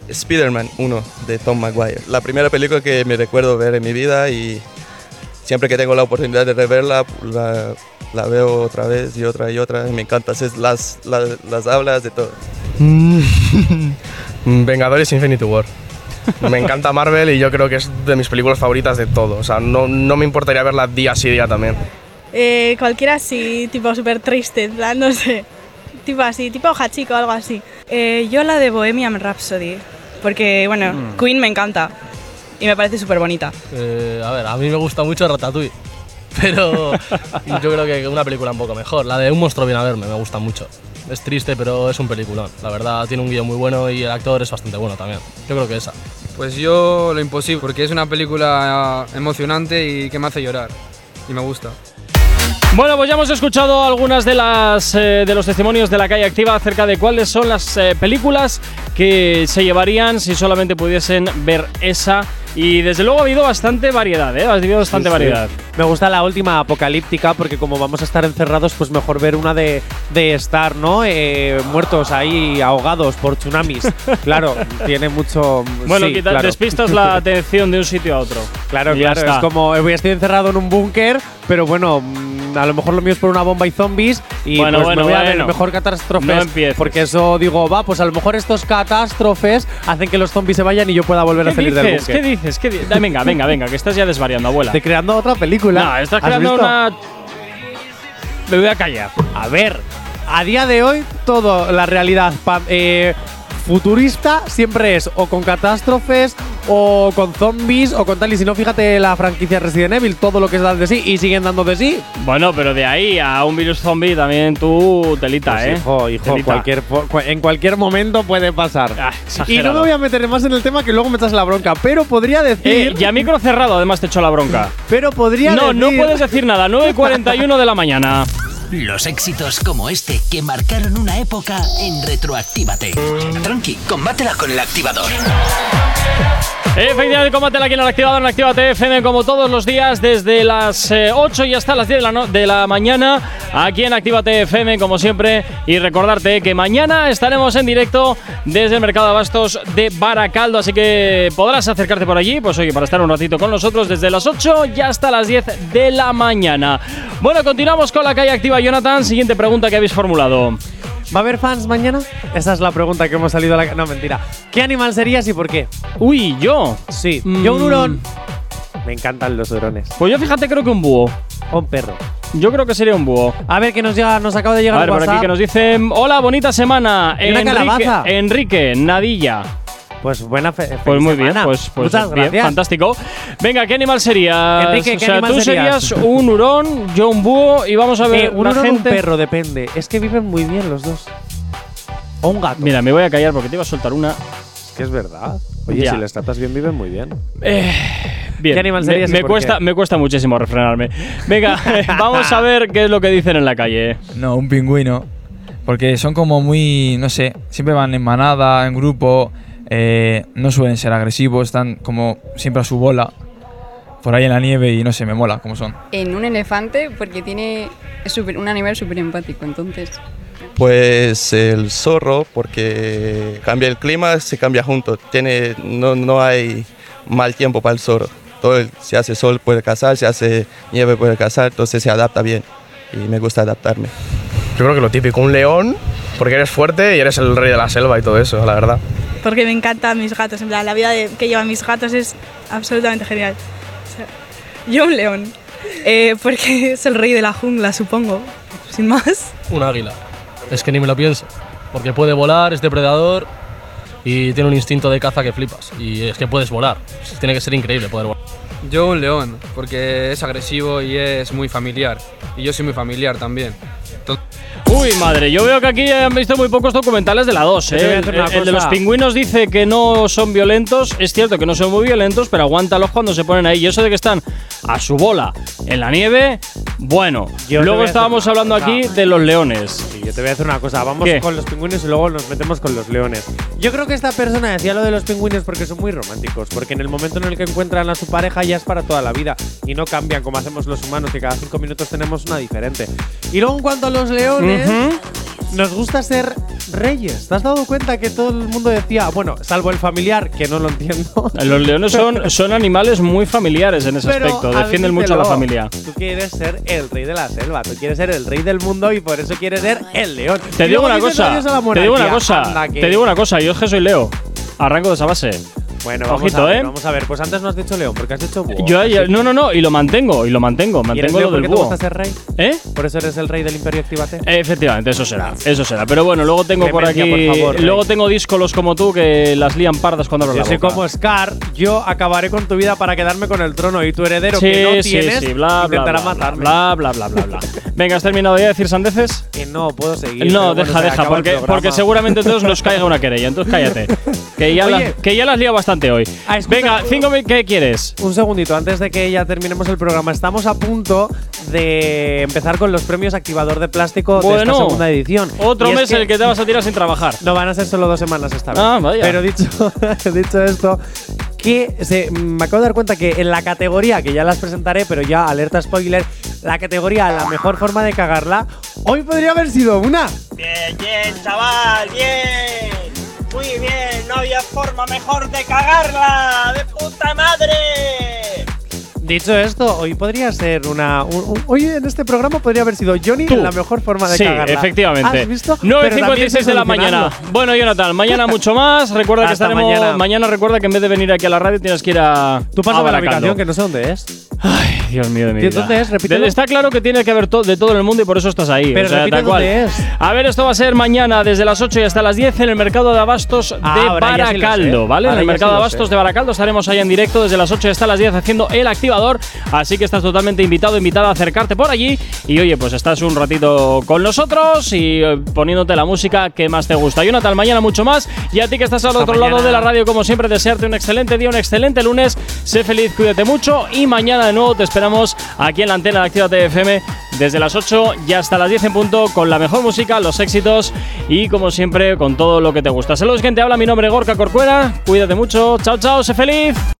[SPEAKER 12] Spider-Man 1 de Tom Maguire. La primera película que me recuerdo ver en mi vida y siempre que tengo la oportunidad de reverla, la, la veo otra vez y otra y otra y me encanta. Es las, las, las hablas de todo.
[SPEAKER 13] Mm, Vengadores Infinity War. Me encanta Marvel y yo creo que es de mis películas favoritas de todo. O sea, no, no me importaría verla día sí día también.
[SPEAKER 14] Eh, cualquiera así, tipo súper triste, en plan, no sé. Tipo así, tipo Hachiko o algo así. Eh, yo la de Bohemian Rhapsody, porque, bueno,
[SPEAKER 16] Mm.
[SPEAKER 14] Queen me encanta y me parece súper bonita.
[SPEAKER 16] Eh, a ver, a mí me gusta mucho Ratatouille. Pero yo creo que una película un poco mejor. La de Un monstruo viene a verme me gusta mucho. Es triste, pero es un peliculón. La verdad, tiene un guión muy bueno y el actor es bastante bueno también. Yo creo que esa.
[SPEAKER 15] Pues yo lo imposible, porque es una película emocionante y que me hace llorar. Y me gusta.
[SPEAKER 2] Bueno, pues ya hemos escuchado algunas de las eh, de los testimonios de la calle activa acerca de cuáles son las eh, películas que se llevarían si solamente pudiesen ver esa. Y desde luego ha habido bastante variedad, ¿eh? Ha habido bastante variedad.
[SPEAKER 3] Me gusta la última apocalíptica porque como vamos a estar encerrados, pues mejor ver una de, de estar, ¿no? Eh, muertos ahí ahogados por tsunamis. claro, tiene mucho.
[SPEAKER 2] Bueno,
[SPEAKER 3] sí,
[SPEAKER 2] quita-
[SPEAKER 3] claro.
[SPEAKER 2] despistas la atención de un sitio a otro.
[SPEAKER 3] Claro,
[SPEAKER 2] Y ya
[SPEAKER 3] claro,
[SPEAKER 2] está.
[SPEAKER 3] es como eh, voy, estoy encerrado en un búnker, pero bueno, mm, a lo mejor lo mío es por una bomba y zombies y
[SPEAKER 2] Bueno,
[SPEAKER 3] pues
[SPEAKER 2] bueno,
[SPEAKER 3] me voy a ver
[SPEAKER 2] bueno.
[SPEAKER 3] mejor catástrofes.
[SPEAKER 2] No empieces.
[SPEAKER 3] porque eso digo, va, pues a lo mejor estos catástrofes hacen que los zombies se vayan y yo pueda volver a
[SPEAKER 2] ¿Qué
[SPEAKER 3] salir
[SPEAKER 2] dices?
[SPEAKER 3] del
[SPEAKER 2] ¿Qué
[SPEAKER 3] búnker.
[SPEAKER 2] dices? ¿Qué di- Da, venga, venga, venga, que estás ya desvariando, abuela.
[SPEAKER 3] Estoy creando otra película.
[SPEAKER 2] No, estás
[SPEAKER 3] ¿Has
[SPEAKER 2] creando
[SPEAKER 3] visto?
[SPEAKER 2] una. Me voy a callar.
[SPEAKER 3] A ver, a día de hoy, todo la realidad pa- eh, futurista siempre es o con catástrofes o con zombies o con tal. Y si no, fíjate la franquicia Resident Evil, todo lo que dan de sí y siguen dando de sí.
[SPEAKER 2] Bueno, pero de ahí a un virus zombie también tú telita, Ah,
[SPEAKER 3] Pues
[SPEAKER 2] ¿eh?
[SPEAKER 3] hijo, hijo, cualquier en cualquier momento puede pasar. Y no me voy a meter más en el tema que luego me echas la bronca, pero podría decir.
[SPEAKER 2] Eh, y a micro cerrado, además te echo la bronca.
[SPEAKER 3] Pero podría
[SPEAKER 2] No,
[SPEAKER 3] decir.
[SPEAKER 2] no puedes decir nada. 9.41 de la mañana.
[SPEAKER 1] Los éxitos como este que marcaron una época en Retroactívate. Tranqui, combátela con el activador.
[SPEAKER 2] Efectivamente, combátela aquí en el activador, en Actívate FM, como todos los días, desde las eh, 8 y hasta las 10 de la, no- de la mañana, aquí en Actívate FM, como siempre. Y recordarte que mañana estaremos en directo desde el Mercado de Abastos de Baracaldo, así que podrás acercarte por allí, pues oye, para estar un ratito con nosotros desde las 8 y hasta las 10 de la mañana. Bueno, continuamos con la calle activa, Jonathan. Siguiente pregunta que habéis formulado.
[SPEAKER 3] ¿Va a haber fans mañana? Esa es la pregunta que hemos salido a la. No, mentira. ¿Qué animal serías y por qué?
[SPEAKER 2] Uy, yo.
[SPEAKER 3] Sí,
[SPEAKER 2] Mm.
[SPEAKER 3] yo un hurón. Me encantan los hurones.
[SPEAKER 2] Pues yo fíjate, creo que un búho.
[SPEAKER 3] O un perro.
[SPEAKER 2] Yo creo que sería un búho.
[SPEAKER 3] A ver, que nos, llega, nos acaba de llegar
[SPEAKER 2] A ver,
[SPEAKER 3] un
[SPEAKER 2] por aquí
[SPEAKER 3] WhatsApp.
[SPEAKER 2] que nos dicen, hola, bonita semana.
[SPEAKER 3] Y una calabaza.
[SPEAKER 2] Enrique, Nadilla.
[SPEAKER 3] Pues buena fe- feliz
[SPEAKER 2] Pues muy bien,
[SPEAKER 3] semana.
[SPEAKER 2] pues, pues
[SPEAKER 3] Muchas
[SPEAKER 2] bien,
[SPEAKER 3] gracias.
[SPEAKER 2] fantástico. Venga, ¿qué animal serías?
[SPEAKER 3] Enrique, ¿qué
[SPEAKER 2] o sea,
[SPEAKER 3] animal
[SPEAKER 2] tú
[SPEAKER 3] serías?
[SPEAKER 2] serías un hurón, yo un búho y vamos a ver
[SPEAKER 3] Eh, un
[SPEAKER 2] la
[SPEAKER 3] hurón o
[SPEAKER 2] gente.
[SPEAKER 3] un perro, depende. Es que viven muy bien los dos. O un gato.
[SPEAKER 2] Mira, me voy a callar porque te iba a soltar una.
[SPEAKER 3] Que es verdad. Oye,
[SPEAKER 2] Ya. Eh,
[SPEAKER 3] si les tratas bien, viven muy bien.
[SPEAKER 2] Bien,
[SPEAKER 3] ¿Qué animal
[SPEAKER 2] me-
[SPEAKER 3] serías y
[SPEAKER 2] me,
[SPEAKER 3] por
[SPEAKER 2] cuesta,
[SPEAKER 3] qué?
[SPEAKER 2] me cuesta muchísimo refrenarme. Venga, vamos a ver qué es lo que dicen en la calle.
[SPEAKER 10] No, un pingüino. Porque son como muy, no sé, siempre van en manada, en grupo, eh, no suelen ser agresivos, están como siempre a su bola, por ahí en la nieve y no sé, me mola como son.
[SPEAKER 11] En un elefante, porque tiene es súper- un animal súper empático, entonces.
[SPEAKER 12] Pues el zorro, porque cambia el clima, se cambia junto. Tiene, no, no hay mal tiempo para el zorro. Todo el- si hace sol puede cazar, si hace nieve puede cazar, entonces se adapta bien. Y me gusta adaptarme.
[SPEAKER 13] Yo creo que lo típico, un león, porque eres fuerte y eres el rey de la selva y todo eso, la verdad.
[SPEAKER 14] porque me encantan mis gatos. En plan, la vida de- que llevan mis gatos es absolutamente genial. O sea, yo un león, eh, porque es el rey de la jungla, supongo, sin más.
[SPEAKER 16] Un águila. Es que ni me lo pienso. Porque puede volar, es depredador y tiene un instinto de caza que flipas. Y es que puedes volar. Tiene que ser increíble poder volar.
[SPEAKER 15] Yo un león, porque es agresivo y es muy familiar. Y yo soy muy familiar también.
[SPEAKER 2] Uy, madre, yo veo que aquí han visto muy pocos documentales de la 2.
[SPEAKER 15] Yo te voy a
[SPEAKER 2] ¿eh? El,
[SPEAKER 15] hacer una
[SPEAKER 2] el de los
[SPEAKER 15] cosa.
[SPEAKER 2] pingüinos dice que no son violentos. Es cierto que no son muy violentos, pero aguántalos cuando se ponen ahí. Y eso de que están a su bola en la nieve, bueno.
[SPEAKER 3] te voy
[SPEAKER 2] Luego
[SPEAKER 3] a hacer
[SPEAKER 2] estábamos
[SPEAKER 3] una
[SPEAKER 2] hablando
[SPEAKER 3] cosa.
[SPEAKER 2] aquí de los leones.
[SPEAKER 3] Yo te voy a hacer una cosa, vamos
[SPEAKER 2] ¿Qué?
[SPEAKER 3] con los pingüinos y luego nos metemos con los leones. Yo creo que esta persona decía lo de los pingüinos porque son muy románticos, porque en el momento en el que encuentran a su pareja ya es para toda la vida y no cambian como hacemos los humanos, que cada cinco minutos tenemos una diferente. Y luego en cuanto a los leones, nos gusta ser reyes. ¿Te has dado cuenta que todo el mundo decía, bueno, salvo el familiar, que no lo entiendo?
[SPEAKER 2] Los leones son, son animales muy familiares en ese
[SPEAKER 3] Pero,
[SPEAKER 2] aspecto. Defienden mucho a la
[SPEAKER 3] admítelo,
[SPEAKER 2] familia.
[SPEAKER 3] Tú quieres ser el rey de la selva, tú quieres ser el rey del mundo y por eso quieres ser el león.
[SPEAKER 2] Te
[SPEAKER 3] Y
[SPEAKER 2] digo
[SPEAKER 3] luego
[SPEAKER 2] una
[SPEAKER 3] dices
[SPEAKER 2] cosa.
[SPEAKER 3] adiós a la
[SPEAKER 2] Te digo una
[SPEAKER 3] monarquía.
[SPEAKER 2] cosa.
[SPEAKER 3] Anda, que-
[SPEAKER 2] Te digo una cosa. Yo es que soy Leo. Arranco de esa base.
[SPEAKER 3] Bueno, vamos
[SPEAKER 2] Ojito,
[SPEAKER 3] a ver,
[SPEAKER 2] ¿eh?
[SPEAKER 3] vamos a ver. Pues antes no has dicho león, porque has dicho búho.
[SPEAKER 2] Yo, yo- no, no, no. Y lo mantengo. Y lo mantengo.
[SPEAKER 3] ¿Y eres
[SPEAKER 2] Mantengo
[SPEAKER 3] león
[SPEAKER 2] lo del
[SPEAKER 3] porque te
[SPEAKER 2] búho.
[SPEAKER 3] gusta ser rey?
[SPEAKER 2] ¿Eh?
[SPEAKER 3] Por eso eres el rey del imperio activate.
[SPEAKER 2] Efectivamente, eso será, eso será. Pero bueno, luego tengo por
[SPEAKER 3] Clemencia,
[SPEAKER 2] aquí,
[SPEAKER 3] por favor, Rey.
[SPEAKER 2] luego tengo díscolos como tú que las lían pardas cuando abro
[SPEAKER 3] Yo
[SPEAKER 2] la
[SPEAKER 3] soy
[SPEAKER 2] boca.
[SPEAKER 3] como Scar, yo acabaré con tu vida para quedarme con el trono y tu heredero
[SPEAKER 2] Sí,
[SPEAKER 3] que no
[SPEAKER 2] sí,
[SPEAKER 3] tienes
[SPEAKER 2] sí, bla, bla,
[SPEAKER 3] intentará
[SPEAKER 2] bla, bla,
[SPEAKER 3] matarme.
[SPEAKER 2] bla, bla, bla, bla, bla. Venga, ¿has terminado ya de decir sandeces?
[SPEAKER 3] Que no puedo seguir. pero bueno,
[SPEAKER 2] no, deja,
[SPEAKER 3] se
[SPEAKER 2] deja,
[SPEAKER 3] acaba el
[SPEAKER 2] porque,
[SPEAKER 3] programa.
[SPEAKER 2] porque seguramente entonces nos caiga una querella, entonces cállate. Que ya,
[SPEAKER 3] Oye.
[SPEAKER 2] las, que ya las lío bastante hoy.
[SPEAKER 3] Ah, escucha,
[SPEAKER 2] Venga, cinco mil, ¿qué quieres?
[SPEAKER 3] Un segundito, antes de que ya terminemos el programa, estamos a punto de empezar con los premios Activador de Plástico de esta
[SPEAKER 2] Bueno,
[SPEAKER 3] segunda edición.
[SPEAKER 2] Otro
[SPEAKER 3] Y es
[SPEAKER 2] mes en el que te vas a tirar sin trabajar.
[SPEAKER 3] No van a ser solo dos semanas esta vez.
[SPEAKER 2] Ah, vaya.
[SPEAKER 3] Pero dicho, dicho esto, que se, me acabo de dar cuenta que en la categoría, que ya las presentaré, pero ya alerta spoiler, la categoría La mejor forma de cagarla, hoy podría haber sido una.
[SPEAKER 17] Bien, bien, chaval, bien. Muy bien, no había forma mejor de cagarla. De puta madre.
[SPEAKER 3] Dicho esto, hoy podría ser una. un- un- hoy en este programa podría haber sido Johnny
[SPEAKER 2] Tú.
[SPEAKER 3] la mejor forma de
[SPEAKER 2] sí,
[SPEAKER 3] cagarla.
[SPEAKER 2] efectivamente.
[SPEAKER 3] ¿Has visto? Pero también
[SPEAKER 2] 9.56
[SPEAKER 3] sé
[SPEAKER 2] de la mañana.
[SPEAKER 3] solucionarlo.
[SPEAKER 2] Bueno, Jonathan, mañana mucho más. Recuerda que
[SPEAKER 3] Hasta
[SPEAKER 2] estaremos.
[SPEAKER 3] mañana.
[SPEAKER 2] recuerda que en vez de venir aquí a la radio tienes que ir a.
[SPEAKER 3] Tú
[SPEAKER 2] a
[SPEAKER 3] pásame la
[SPEAKER 2] Baracaldo.
[SPEAKER 3] ubicación, que no sé dónde es.
[SPEAKER 2] Dios mío de mi
[SPEAKER 3] ¿Y dónde
[SPEAKER 2] vida.
[SPEAKER 3] es? Repítelo.
[SPEAKER 2] De- Está claro que tiene que haber to- de todo en el mundo y por eso estás ahí.
[SPEAKER 3] Pero
[SPEAKER 2] o sea,
[SPEAKER 3] repite
[SPEAKER 2] tal cual.
[SPEAKER 3] dónde es.
[SPEAKER 2] A ver, esto va a ser mañana desde las 8 y hasta las 10 en el mercado de abastos de
[SPEAKER 3] Ah, ahora ya sí lo
[SPEAKER 2] Baracaldo,
[SPEAKER 3] sé.
[SPEAKER 2] ¿vale?
[SPEAKER 3] Ahora
[SPEAKER 2] en el
[SPEAKER 3] ya
[SPEAKER 2] mercado
[SPEAKER 3] sí
[SPEAKER 2] de
[SPEAKER 3] lo
[SPEAKER 2] abastos
[SPEAKER 3] sé.
[SPEAKER 2] de Baracaldo estaremos ahí en directo desde las 8 hasta las 10 haciendo el activador, así que estás totalmente invitado, invitada a acercarte por allí y oye, pues estás un ratito con nosotros y eh, poniéndote la música que más te gusta. Jonathan, mañana mucho más y a ti que estás al
[SPEAKER 3] Hasta
[SPEAKER 2] otro lado
[SPEAKER 3] mañana.
[SPEAKER 2] de la radio, como siempre, desearte un excelente día, un excelente lunes, sé feliz, cuídate mucho y mañana de nuevo te esperamos aquí en la antena de Actívate FM desde las 8 y hasta las 10 en punto con la mejor música, los éxitos y como siempre con todo lo que te gusta. Saludos, quien te habla, mi nombre es Gorka Corcuera, cuídate mucho, chao, chao, sé feliz.